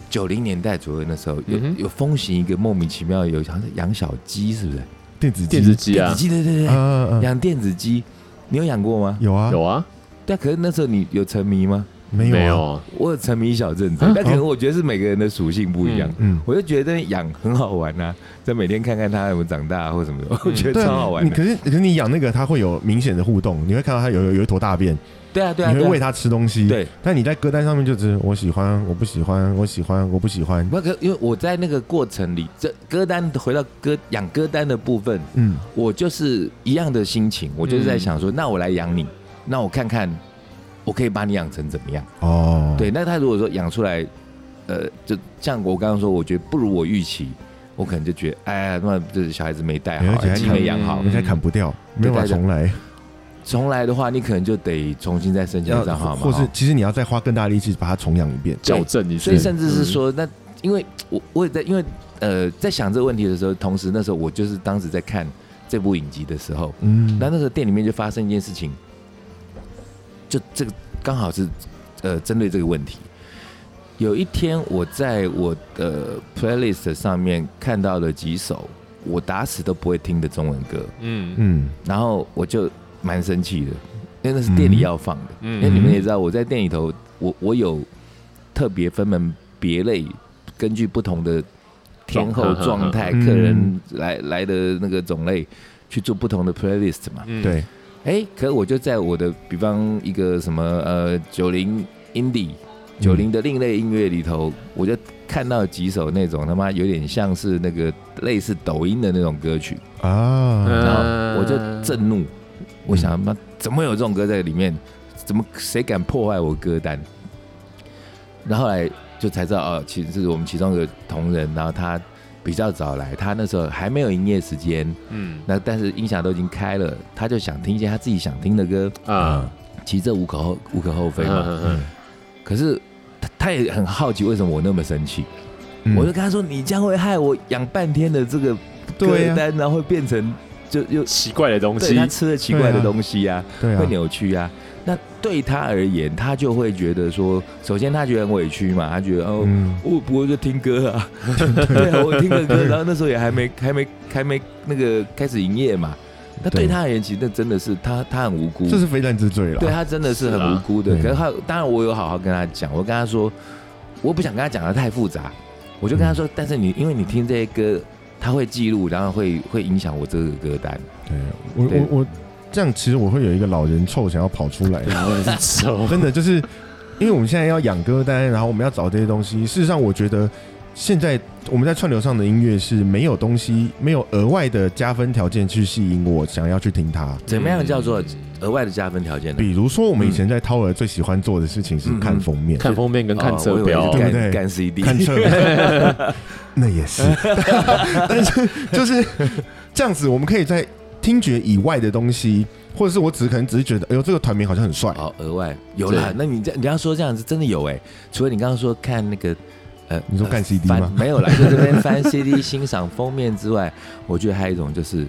S3: 九零年代左右那时候有、
S2: 嗯哼
S3: 有风行一个莫名其妙有好像是养小鸡，是不是？
S1: 电子
S2: 电子
S1: 鸡，
S2: 机
S3: 电
S2: 啊
S3: 子，鸡对对
S1: 嗯
S3: 对，
S1: 嗯嗯，
S3: 养电子鸡， 你有养过吗？
S1: 有啊，
S2: 有啊，
S3: 但可是那时候你有沉迷吗？
S1: 没
S2: 没
S1: 有啊？
S2: 有，
S3: 我有沉迷一小阵子
S2: 啊，
S3: 但可能我觉得是每个人的属性不一样。
S2: 嗯
S1: 嗯，
S3: 我就觉得养很好玩啊，在每天看看它有没有长大或什么的，我觉得
S1: 对
S3: 超
S1: 啊
S3: 好，玩
S1: 你
S3: 的。
S1: 可是可是你养那个，它会有明显的互动，你会看到它有有有一坨大便，
S3: 对啊，对啊，
S1: 你会
S3: 对
S1: 喂
S3: 啊。
S1: 它吃东西。
S3: 对，
S1: 但你在歌单上面就只我喜欢，我不喜欢，我喜欢，我不喜欢。
S3: 不可，因为我在那个过程里，这歌单回到歌养歌单的部分，
S1: 嗯，
S3: 我就是一样的心情，我就是在想说，那我来养你，嗯那我看看我可以把你养成怎么样。
S1: 哦，
S3: 对，，那他如果说养出来，呃，就像我刚刚说，我觉得不如我预期，我可能就觉得，哎呀，那这小孩子没带
S1: 而
S3: 好
S1: 且，还
S3: 鸡没养好
S1: 人，家砍不掉，没有办法重来，
S3: 重来的话，你可能就得重新再申请一张号码，哦
S1: 或或是
S3: 哈
S1: 其实你要再花更大的力气把它重养一遍。
S2: 矫正一次，
S3: 所以甚至是说，那因为我我也在因为呃在想这个问题的时候，同时那时候我就是当时在看这部影集的时候，
S1: 嗯，
S3: 那那时候店里面就发生一件事情，就这个刚好是呃针对这个问题。有一天我在我的呃 playlist 上面看到了几首我打死都不会听的中文歌，
S2: 嗯，
S1: 嗯
S3: 然后我就蛮生气的，因为那是店里要放的。
S2: 嗯
S3: 因哎为你们也知道，我在店里头，我我有特别分门别类，根据不同的天候
S2: 状态
S3: 状态、
S1: 嗯
S3: 客人来来的那个种类，去做不同的 playlist 嘛。
S2: 嗯，
S1: 对，
S3: 哎，可我就在我的，比方一个什么呃九零 indie 九零的另类音乐里头，我就看到几首那种他妈有点像是那个类似抖音的那种歌曲，
S1: 啊，
S3: 然后
S2: 嗯
S3: 我就震怒，我想他妈怎么有这种歌在里面？怎么谁敢破坏我歌单？然后后来就才知道哦，其实是我们其中一个同仁，然后他比较早来，他那时候还没有营业时间，
S2: 嗯
S3: 那但是音响都已经开了，他就想听一些他自己想听的歌，
S2: 啊，
S3: 其实这无可厚无可厚非
S2: 嗯
S3: 嘛。
S2: 嗯嗯
S1: 嗯
S3: 可是他他也很好奇为什么我那么生气，
S1: 嗯
S3: 我就跟他说：“你将会害我养半天的这个歌
S1: 对啊
S3: 单，然后会变成就又
S2: 奇怪的东
S3: 对
S2: 西
S3: 他，吃了奇
S1: 对
S3: 怪的
S1: 啊
S3: 东西呀、
S1: 对啊
S3: 会，扭曲啊。那对他而言，他就会觉得说，首先他觉得很委屈嘛，他觉得哦，
S1: 嗯
S3: 我不过就听 歌啊，对啊，我听个歌，然后那时候也还没还没还没那个开始营业嘛。那对
S1: 对
S3: 他而言，其实那真的是他他很无辜，
S1: 这是非战之罪了。
S3: 对他真的是
S2: 是啊
S3: 很无辜的。
S1: 对
S3: 可是他当然我有好好跟他讲，我跟他说，我不想跟他讲的太复杂，我就
S1: 嗯
S3: 跟他说，但是你因为你听这些歌，他会记录，然后会会影响我这个歌单。
S1: 对我
S3: 对
S1: 我我这样，其实我会有一个老人臭想要跑出来，
S3: 哦
S2: 然后是臭，
S1: 真的就是因为我们现在要养歌单，然后我们要找这些东西。事实上，我觉得现在我们在串流上的音乐是没有东西，没有额外的加分条件去吸引我想要去听它。
S3: 怎么样叫做
S2: 嗯
S3: 额外的加分条件呢？
S1: 比如说，我们以前
S3: 嗯
S1: 在涛儿最喜欢做的事情是看封面，
S2: 看封面跟看
S3: 哦
S2: 车
S3: 我
S2: 标
S3: 以为是，
S1: 对不对
S3: 干干 CD，
S1: 看侧面， 那也是。但是就是这样子，我们可以在听觉以外的东西，或者是我只可能只是觉得，哎呦，这个团名好像很帅，
S3: 哦，额外有啦
S2: 对。
S3: 那你这你要说这样子，真的有哎。除了你刚刚说看那个，呃，
S1: 你说
S3: 呃
S1: 看 CD
S3: 翻
S1: 吗
S3: 没有啦，就这边翻 CD 欣赏封面之外，我觉得还有一种就是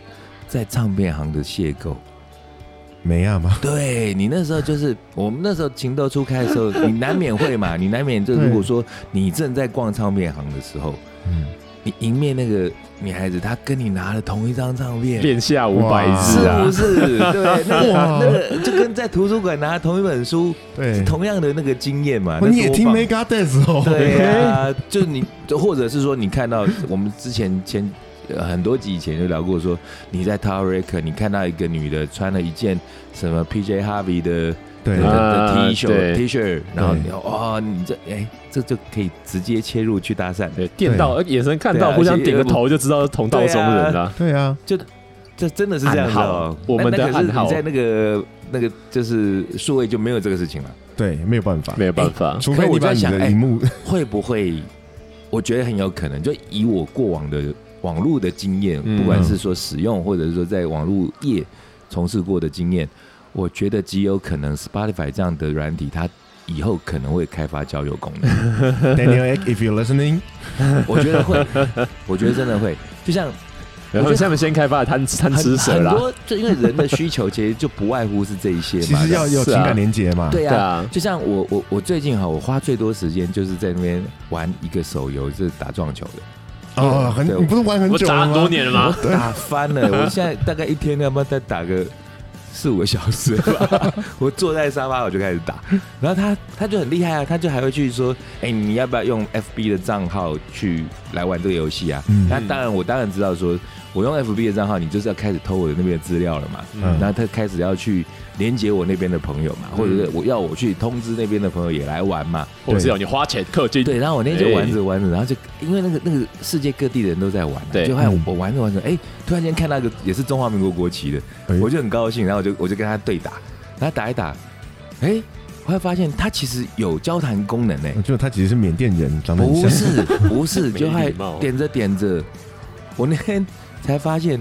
S3: 在唱片行的邂逅。
S1: 梅亚吗？
S3: 对你那时候就是我们那时候情窦初开的时候，你难免会嘛， 你难免就
S1: 对
S3: 如果说你正在逛唱片行的时候，
S1: 嗯，
S3: 你迎面那个女孩子，她跟你拿了同一张唱片，
S2: 练下五百
S1: 哇
S2: 字
S3: 是
S2: 啊
S3: 不，是？对，那个
S1: 哇
S3: 那个就跟在图书馆拿同一本书，
S1: 对。
S3: 同样的那个经验
S1: 哇
S3: 嘛。那
S1: 哦你也
S3: 多
S1: 听
S3: 棒
S1: Mega Dance 哦？
S3: 对啊，就你，就或者是说你看到我们之前前、呃很多集以前就聊过说你在 Tower Record 你看到一个女的穿了一件什么 PJ Harvey 的的
S1: 对
S3: 的的
S2: 啊
S3: T 恤
S2: 对
S3: T 恤，然后你哦，你这哎这就可以直接切入去搭讪，
S2: 对，电到呃眼神看
S3: 对啊
S2: 到，互相点个
S3: 而且
S2: 头就知道是同道中人啦。
S1: 对啊，
S3: 这真的是这样
S2: 暗
S3: 子哦
S2: 号。我们的
S3: 那那可是
S2: 暗号
S3: 你在那个那个就是数位就没有这个事情了，
S1: 对，没有办法，
S2: 没有办法，
S1: 除非
S3: 可
S1: 你
S3: 我
S1: 把
S3: 在
S1: 你
S3: 想
S1: 的
S3: 哎
S1: 荧幕，
S3: 会不会？我觉得很有可能，就以我过往的网络的经验，
S2: 嗯
S3: 不管是说使用，或者是说在网络业从事过的经验，我觉得极有可能 Spotify 这样的软体，它以后可能会开发交友功能。
S1: Daniel Ek，if you listening，
S3: 我觉得会，我觉得真的会。就像
S2: 然后
S3: 我觉得
S2: 下面先开发贪贪
S3: 很
S2: 吃啊蛇
S3: 很
S2: 啦，
S3: 多，就因为人的需求其实就不外乎是这一些嘛。
S1: 其实要有
S2: 是
S1: 情
S2: 啊
S1: 感连接嘛，
S3: 对
S2: 对
S3: 呀、
S2: 啊，
S3: 就像我我我最近哈，我花最多时间就是在那边玩一个手游，就是打撞球的。
S1: 哦，很，
S3: 对
S1: 你不是玩很
S2: 我
S1: 久了
S2: 打很
S1: 吗？
S2: 多年了吗？
S3: 我打翻了， 我现在大概一天要不要再打个四五个小时 吧？我坐在沙发我就开始打，然后他他就很厉害啊，他就还会去说，哎、你要不要用 FB 的账号去来玩这个游戏啊？
S1: 嗯
S3: 那当然，我当然知道说，我用 FB 的账号，你就是要开始偷我的那边的资料了嘛。
S1: 嗯
S3: 然后他开始要去连接我那边的朋友嘛，或者
S1: 嗯
S3: 是我要我去通知那边的朋友也来玩嘛。
S2: 我知道你花钱氪金，
S3: 对，然后我那天就玩
S2: 哎
S3: 着玩着，然后就因为那个那个世界各地的人都在玩、啊，
S2: 对
S3: 就看
S1: 嗯
S3: 我玩着玩着，哎、突然间看到一个也是中华民国国旗的，
S1: 哎
S3: 我就很高兴，然后我就我就跟他对打，然后打一打，哎、我会发现他其实有交谈功能呢、
S1: 我觉得他其实是缅甸人，长得很
S3: 不
S1: 像，
S3: 是不是，
S2: 嗯没
S3: 就还
S2: 礼貌
S3: 点着点着，我那天才发现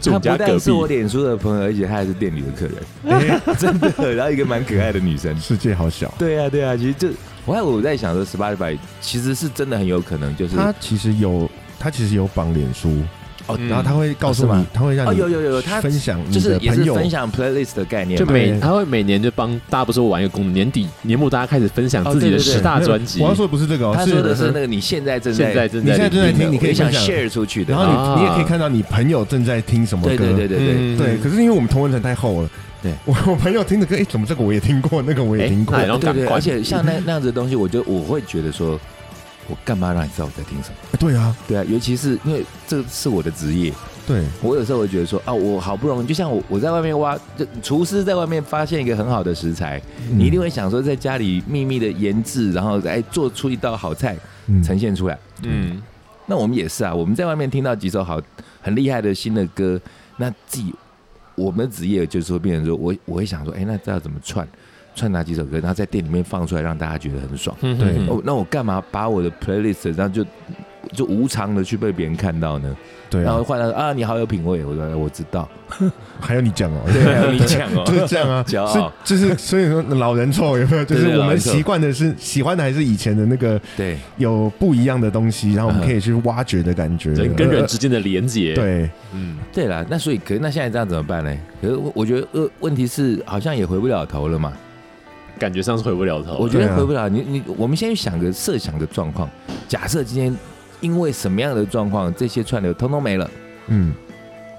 S2: 住
S3: 他
S2: 我
S3: 不
S2: 家隔
S3: 但是我
S2: 壁，
S3: 脸书的朋友，而且他还是店里的客人，
S1: 哎
S3: 真的，然后一个蛮可爱的女生，
S1: 世界好小。
S3: 对啊对啊，其实就我还我在想说 Spotify 其实是真的很有可能就是
S1: 他其实有，他其实有绑脸书，
S3: 哦
S2: 嗯
S1: 然后他会告诉
S3: 哦是
S1: 你
S3: 吗，
S1: 他会让
S3: 哦
S1: 你
S3: 有有有有他
S1: 分享
S3: 就
S1: 你
S3: 是
S1: 的
S3: 也
S1: 朋
S3: 是
S1: 友，
S3: 分享 playlist 的概念
S2: 就
S3: 嘛，
S1: 对
S2: 每他会每年就帮大家不是玩一个功能，年底年末大家开始分享
S3: 哦
S2: 自己的
S3: 对对对
S2: 十大
S1: 没有
S2: 专辑
S1: 我，要说的不是这个哦，
S3: 他
S1: 是
S3: 说的是那个你现在正在
S2: 现在正
S1: 你现在正在
S3: 听的
S1: 听，你可
S3: 我
S1: 以
S3: 想
S1: 分享，
S3: share 出去的，
S1: 然后
S3: 啊
S1: 你你也可以
S2: 啊
S1: 看到你朋友正在听什么
S3: 对
S1: 歌，
S3: 对对对对，
S2: 嗯
S1: 对，可是因为我们同文层太厚了，
S3: 对
S1: 我我朋友听的歌，哎、怎么这个我也听过，那个我也
S2: 哎
S1: 听过，
S2: 那也
S3: 对
S2: 要
S3: 对
S2: 赶
S3: 对，
S2: 快
S3: 而且像那那样子的东西，我觉得我会觉得说，我干嘛让你知道我在听什么？
S1: 对啊，
S3: 对啊，尤其是因为这是我的职业，
S1: 对，
S3: 我有时候会觉得说啊，我好不容易，就像我我在外面挖，就厨师在外面发现一个很好的食材，
S1: 嗯
S3: 你一定会想说在家里秘密的研制，然后哎做出一道好菜
S1: 嗯
S3: 呈现出来。
S2: 嗯，
S3: 那我们也是啊，我们在外面听到几首好很厉害的新的歌，那自己我们的职业就是说，变成说我我会想说，哎、那这要怎么串串哪几首歌，然后在店里面放出来，让大家觉得很爽。
S2: 对
S1: 对
S3: 哦，那我干嘛把我的 playlist 然后就就无偿的去被别人看到呢？
S1: 对
S3: 然后
S1: 啊，
S3: 换到啊，你好有品味，我说哎我知道，
S1: 还有你讲哦、
S3: 对啊，你讲 哦，
S1: 就是这样啊，
S3: 骄傲
S1: 是就是所以说老人臭有没有？就是
S3: 对对
S1: 我
S3: 老
S1: 们
S3: 人臭
S1: 习惯的是喜欢的还是以前的那个
S3: 对，
S1: 有不一样的东西，然后我们可以去挖掘的感觉，
S2: 人跟人之间的连接，
S1: 呃对，
S2: 嗯，
S3: 对啦，那所以可是那现在这样怎么办呢？可是我我觉得呃问题是好像也回不了头了嘛。
S2: 感觉上是回不了头
S3: 我
S2: 了。
S3: 觉
S1: 对
S3: 得
S1: 啊
S3: 回不了。你你，我们先去想个设想的状况，假设今天因为什么样的状况，这些串流通通没了，
S1: 嗯，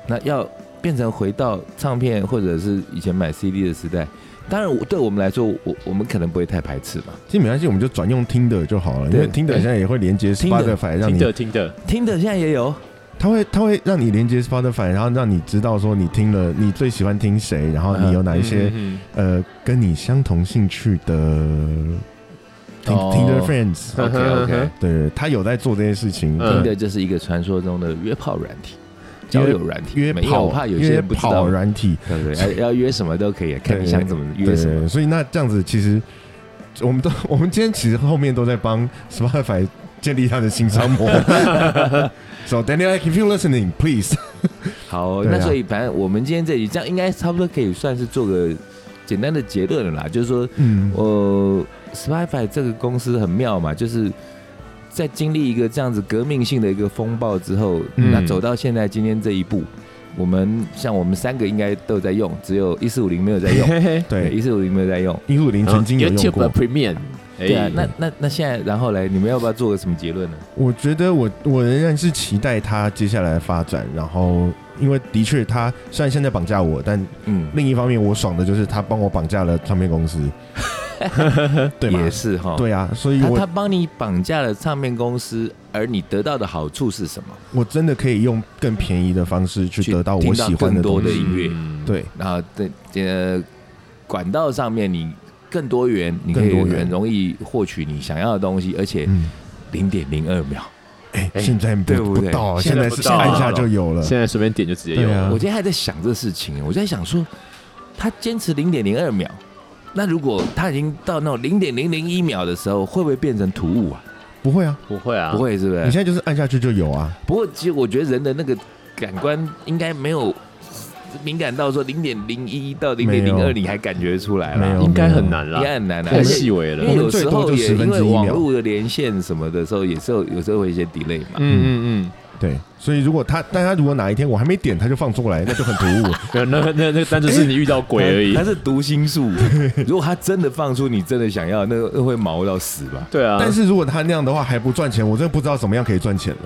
S3: 那要变成回到唱片或者是以前买 CD 的时代。当然，我对我们来说，我我们可能不会太排斥嘛。
S1: 其实没关系，我们就转用听的就好了，因为
S3: 对
S1: 听的现在也会连接
S3: Tinder，
S1: Spotify，让
S2: 听
S1: 你
S2: 的听的，
S3: 听的现在也有，
S1: 它会它会让你连接 Spotify，然后让你知道说你听了你最喜欢听谁，呃然后你有哪一些
S2: 嗯嗯嗯
S1: 呃跟你相同兴趣的听
S2: 哦
S1: Tinder Friends，
S3: OK OK，
S1: 对他有在做这件事情，
S2: 嗯
S3: 听的就是一个传说中的约炮软体，
S1: 约
S3: 交友软体，
S1: 约
S3: 没有
S1: 跑
S3: 我怕有些
S1: 约
S3: 人不知道
S1: 跑，软体，
S3: 对不对？要要约什么都可以，看你想怎么约什么。
S1: 对，所以那这样子其实我们都我们今天其实后面都在帮 Spotify 建立他的新商模。so Daniel, if you listening, please，
S3: 好，
S1: 对啊
S3: 那所以反正我们今天这里这样应该差不多可以算是做个简单的结论了啦，就是说，
S1: 嗯，
S3: 呃，Spotify 这个公司很妙嘛，就是在经历一个这样子革命性的一个风暴之后，
S1: 嗯
S3: 那走到现在今天这一步，我们像我们三个应该都有在用，只有一四五零没有在用，
S1: 对，
S3: 一四五零没有在用。
S1: 一五零曾经有用
S2: 嗯 YouTube
S3: 嗯
S1: 过
S2: 的。Premium，哎
S3: 对啊，那那那现在然后来，你们要不要做个什么结论呢？
S1: 我觉得我我仍然是期待它接下来的发展，然后。因为的确，它虽然现在绑架我，但
S3: 嗯，
S1: 另一方面我爽的就是它帮我绑架了唱片公 司，对吧
S3: 也？是哈。
S1: 对啊，所以
S3: 他
S1: 我
S3: 他帮你绑架了唱片公司，而你得到的好处是什么？
S1: 我真的可以用更便宜的方式去
S3: 去
S1: 得到
S3: 听
S1: 我
S3: 到
S1: 喜欢
S3: 更
S1: 的
S3: 多
S1: 东
S3: 的
S1: 西。
S3: 音乐
S2: 嗯，
S1: 对，
S3: 然后这呃管道上面你更多元，你可以
S1: 更多元
S3: 很容易获取你想要的东西，而且
S1: 嗯，
S3: 零点零二秒，
S1: 哎，
S2: 哎
S1: 现在
S3: 对
S1: 不
S3: 不
S1: 不
S3: 对
S1: 到，啊
S2: 现在
S1: 在
S2: 不
S1: 是
S2: 到
S1: 按一下就有了。
S2: 现在随便点就直接有
S1: 对啊
S2: 了。
S3: 我今天还在想这个事情，我在想说，他坚持零点零二秒，那如果他已经到那种零点零零一秒的时候，会不会变成突兀啊？
S1: 不会啊，
S2: 不会啊，
S3: 不，会，是不
S1: 你现
S3: 是？
S1: 在就是按下去就有啊。
S3: 不过其实我觉得人的那个感官应该没有。敏感到说零点零一到零点
S1: 没
S3: 零
S1: 有
S3: 二，你还感觉出来
S1: 没有
S3: 了，
S2: 应该很难
S3: 应该
S2: 啦，
S3: 很难啊。
S2: 太
S3: 而且
S2: 细微
S3: 因为
S2: 了。
S3: 有时
S1: 我
S3: 候
S1: 们最
S3: 也
S1: 多就10
S3: 因
S1: 分之
S3: 为
S1: 一秒
S3: 网络的连线什么的时候，也是有有时候会有一些 delay 嘛。
S2: 嗯嗯
S1: 对，所以如果他，但他如果哪一天我还没点，他就放出来，那就很突兀。
S2: 嗯，那那那那单纯是你遇到鬼而已
S3: 它。它哎是读心 术。如果他真的放出你真的想要，那个那会毛到死吧？
S2: 对啊，
S1: 但是如果他那样的话还不赚钱，我真的不知道怎么样可以赚钱了，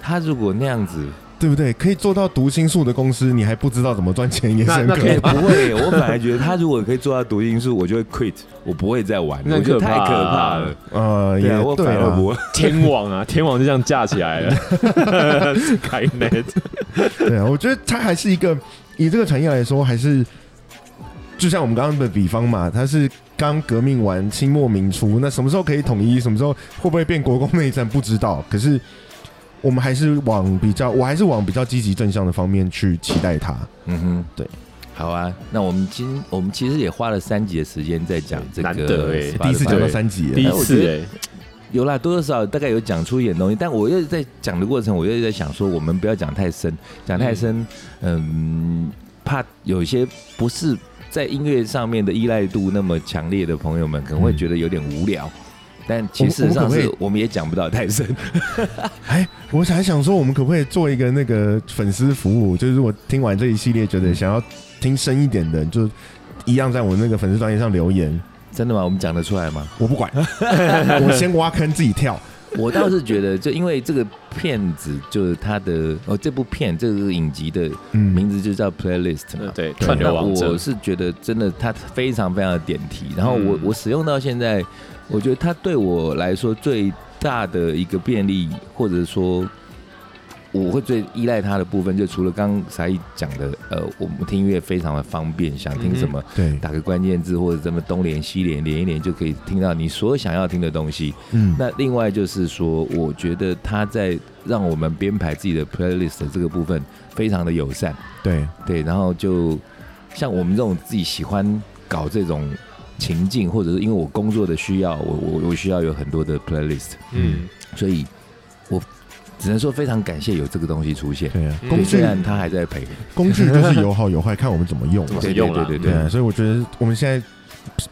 S3: 他如果那 样子，
S1: 对不对？可以做到读心术的公司，你还不知道怎么赚钱，也是很
S2: 那
S1: 可
S2: 可以
S3: 哎、
S1: 怕。
S3: 不会，我本来觉得他如果可以做到读心术，我就会 quit，我不会再玩了，
S2: 那
S3: 我觉得
S2: 可
S3: 太
S2: 怕
S3: 可
S2: 啊
S3: 怕了。
S1: 呃，也
S3: 对啊，我
S1: 对
S3: 反而
S1: 啊
S3: 不，会。
S2: 天网啊，天网就这样架起来 了。开 net，
S1: 对啊，我觉得它还是一个以这个产业来说，还是就像我们刚刚的比方嘛，它是刚革命完清末民初，那什么时候可以统一，什么时候会不会变国共内战不知道。可是我们还是往比较，我还是往比较积极正向的方面去期待它。
S3: 嗯哼，
S1: 对。
S3: 好啊，那我们今我们其实也花了三集的时间在讲这个
S2: 难
S3: Spotify，
S2: 得欸
S1: 第一次讲到
S2: 对
S1: 三集耶，
S2: 第一
S3: 哎我觉
S2: 次
S3: 得
S2: 哎，
S3: 有啦，多多少少大概有讲出一点东西，但我又在讲的过程，我又在想说，我们不要讲太深，讲太深，嗯怕有些不是在音乐上面的依赖度那么强烈的朋友们，可能会觉得有点无聊。但其实事实
S1: 我
S3: 上
S1: 们可不可以
S3: 是，我们也讲不到太深。
S1: 哎，我还想说，我们可不可以做一个那个粉丝服务？就是我听完这一系列，觉
S2: 嗯
S1: 得想要听深一点的，就一样在我那个粉丝专页上留言。
S3: 真的吗？我们讲得出来吗？
S1: 我 不管，我先挖坑自己跳。
S3: 我倒是觉得，就因为这个片子，就是它的哦，这部片这个影集的
S1: 嗯
S3: 名字就叫 Playlist 嘛
S2: 嗯，对，
S1: 对
S2: 串
S3: 那
S2: 流王者
S3: 我是觉得真的它非常非常的点题，然后我、
S2: 嗯
S3: 我使用到现在，我觉得它对我来说最大的一个便利，或者说我会最依赖它的部分，就除了刚刚才讲的，呃，我们听音乐非常的方便，想听什么、
S1: 对，
S3: 打个关键字或者这么东连西连连一连就可以听到你所有想要听的东西。
S1: 嗯，
S3: 那另外就是说，我觉得它在让我们编排自己的 playlist 的这个部分非常的友善。
S1: 对，
S3: 对，然后就像我们这种自己喜欢搞这种情境，或者是因为我工作的需要，我我我需要有很多的 playlist，
S2: 嗯，
S3: 所以我只能说非常感谢有这个东西出现。
S1: 对啊，
S2: 嗯
S1: 工
S3: 虽
S1: 具
S3: 然它还在赔，
S1: 工具就是有好有坏，看我们怎么用嘛。
S2: 怎么
S3: 对哎
S2: 使用
S3: 对
S2: 啦
S3: 对对
S1: 对
S3: 对
S1: 啊，所以我觉得我们现在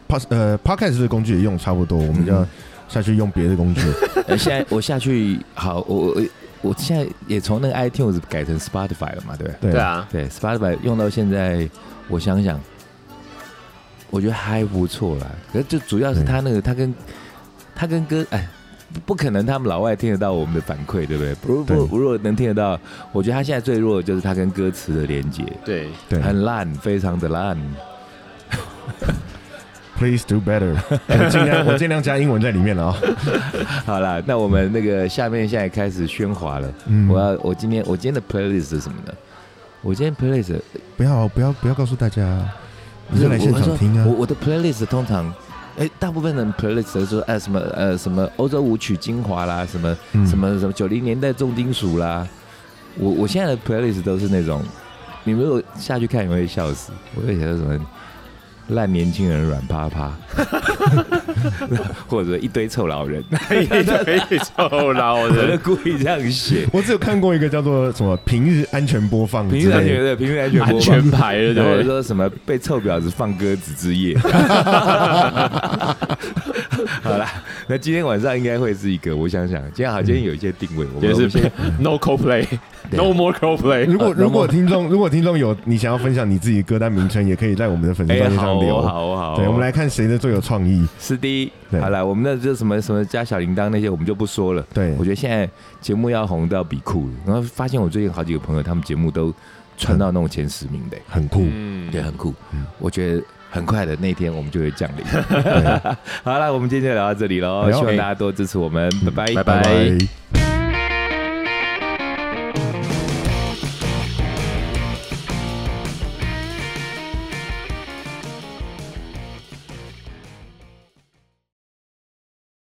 S1: pod 呃 podcast 的工具也用差不多，我们就要
S3: 嗯
S1: 下去用别的 工具。
S3: 呃，现在我下去，好，我我我现在也从那个 iTunes 改成 Spotify 了嘛，对不对？
S1: 对
S2: 对，啊，
S3: 对，Spotify 用到现在，我想想，我觉得还不错啦。可是就主要是他那个，他跟他跟歌，哎，不可能他们老外听得到我们的反馈，对不对？如
S1: 对
S3: 果如果能听得到，我觉得他现在最弱的就是他跟歌词的连接，
S2: 对，
S1: 对
S3: 很烂，非常的烂。
S1: ，Please do better，我 尽量我尽量加英文在里面了 啊。
S3: 好啦，那我们那个下面现在开始喧哗了。
S1: 嗯，
S3: 我要我今天我今天的 playlist 是什么呢？我今天 playlist
S1: 不要不要不要告诉大家，你
S3: 不是
S1: 就来现场听啊
S3: 我。我的 playlist 通常，哎、哎、大部分人 playlist 都说哎、什么呃什么欧洲舞曲精华啦，什么
S1: 嗯
S3: 什么什么九零年代重金属啦。我我现在的 playlist 都是那种，你们如果下去看，你会笑死。我会写到什么烂年轻人软趴趴， 或者一堆臭老人，
S2: 一堆 臭老
S3: 我就
S2: 人，
S3: 故意这样写。
S1: 我只有看过一个叫做什么平日安全播放之
S3: 平
S1: 类
S3: 时
S1: 的，
S3: 安全对，平时安 全播
S2: 安
S3: 报
S2: 全牌了，
S3: 然后
S2: 对不 对？
S3: 说什么被臭婊子放鸽子之 夜。好啦，那今天晚上应该会是一个，我想想，今天好，今天有一些定位，我们
S2: 也
S3: 我们
S2: 是
S3: 先
S2: no
S1: 啊
S2: Coldplay，no more Coldplay。
S1: 如果
S3: 呃然后
S1: 如果听众如果听众有你想要分享你自己歌单名称，也可以在我们的粉丝
S3: 哎，
S1: 专页上
S3: 好
S1: 留。啊
S3: 哦好哦好哦，
S1: 对，我们来看谁的最有创意。
S3: 是第一
S1: 对。
S3: 好了，我们那就什么什么加小铃铛那些，我们就不说了。
S1: 对
S3: 我，觉得现在节目要红到比酷了，然后发现我最近好几个朋友，他们节目都窜到那种前十名的、
S1: 很酷。
S2: 嗯
S3: 对，很酷。
S1: 嗯
S3: 我觉得很快的那天我们就会降临。
S1: 对
S3: 好了，我们今天就聊到这里喽
S1: 哎，呦
S3: 希望大家多支持我们，拜
S2: 拜
S3: 拜，
S2: 拜。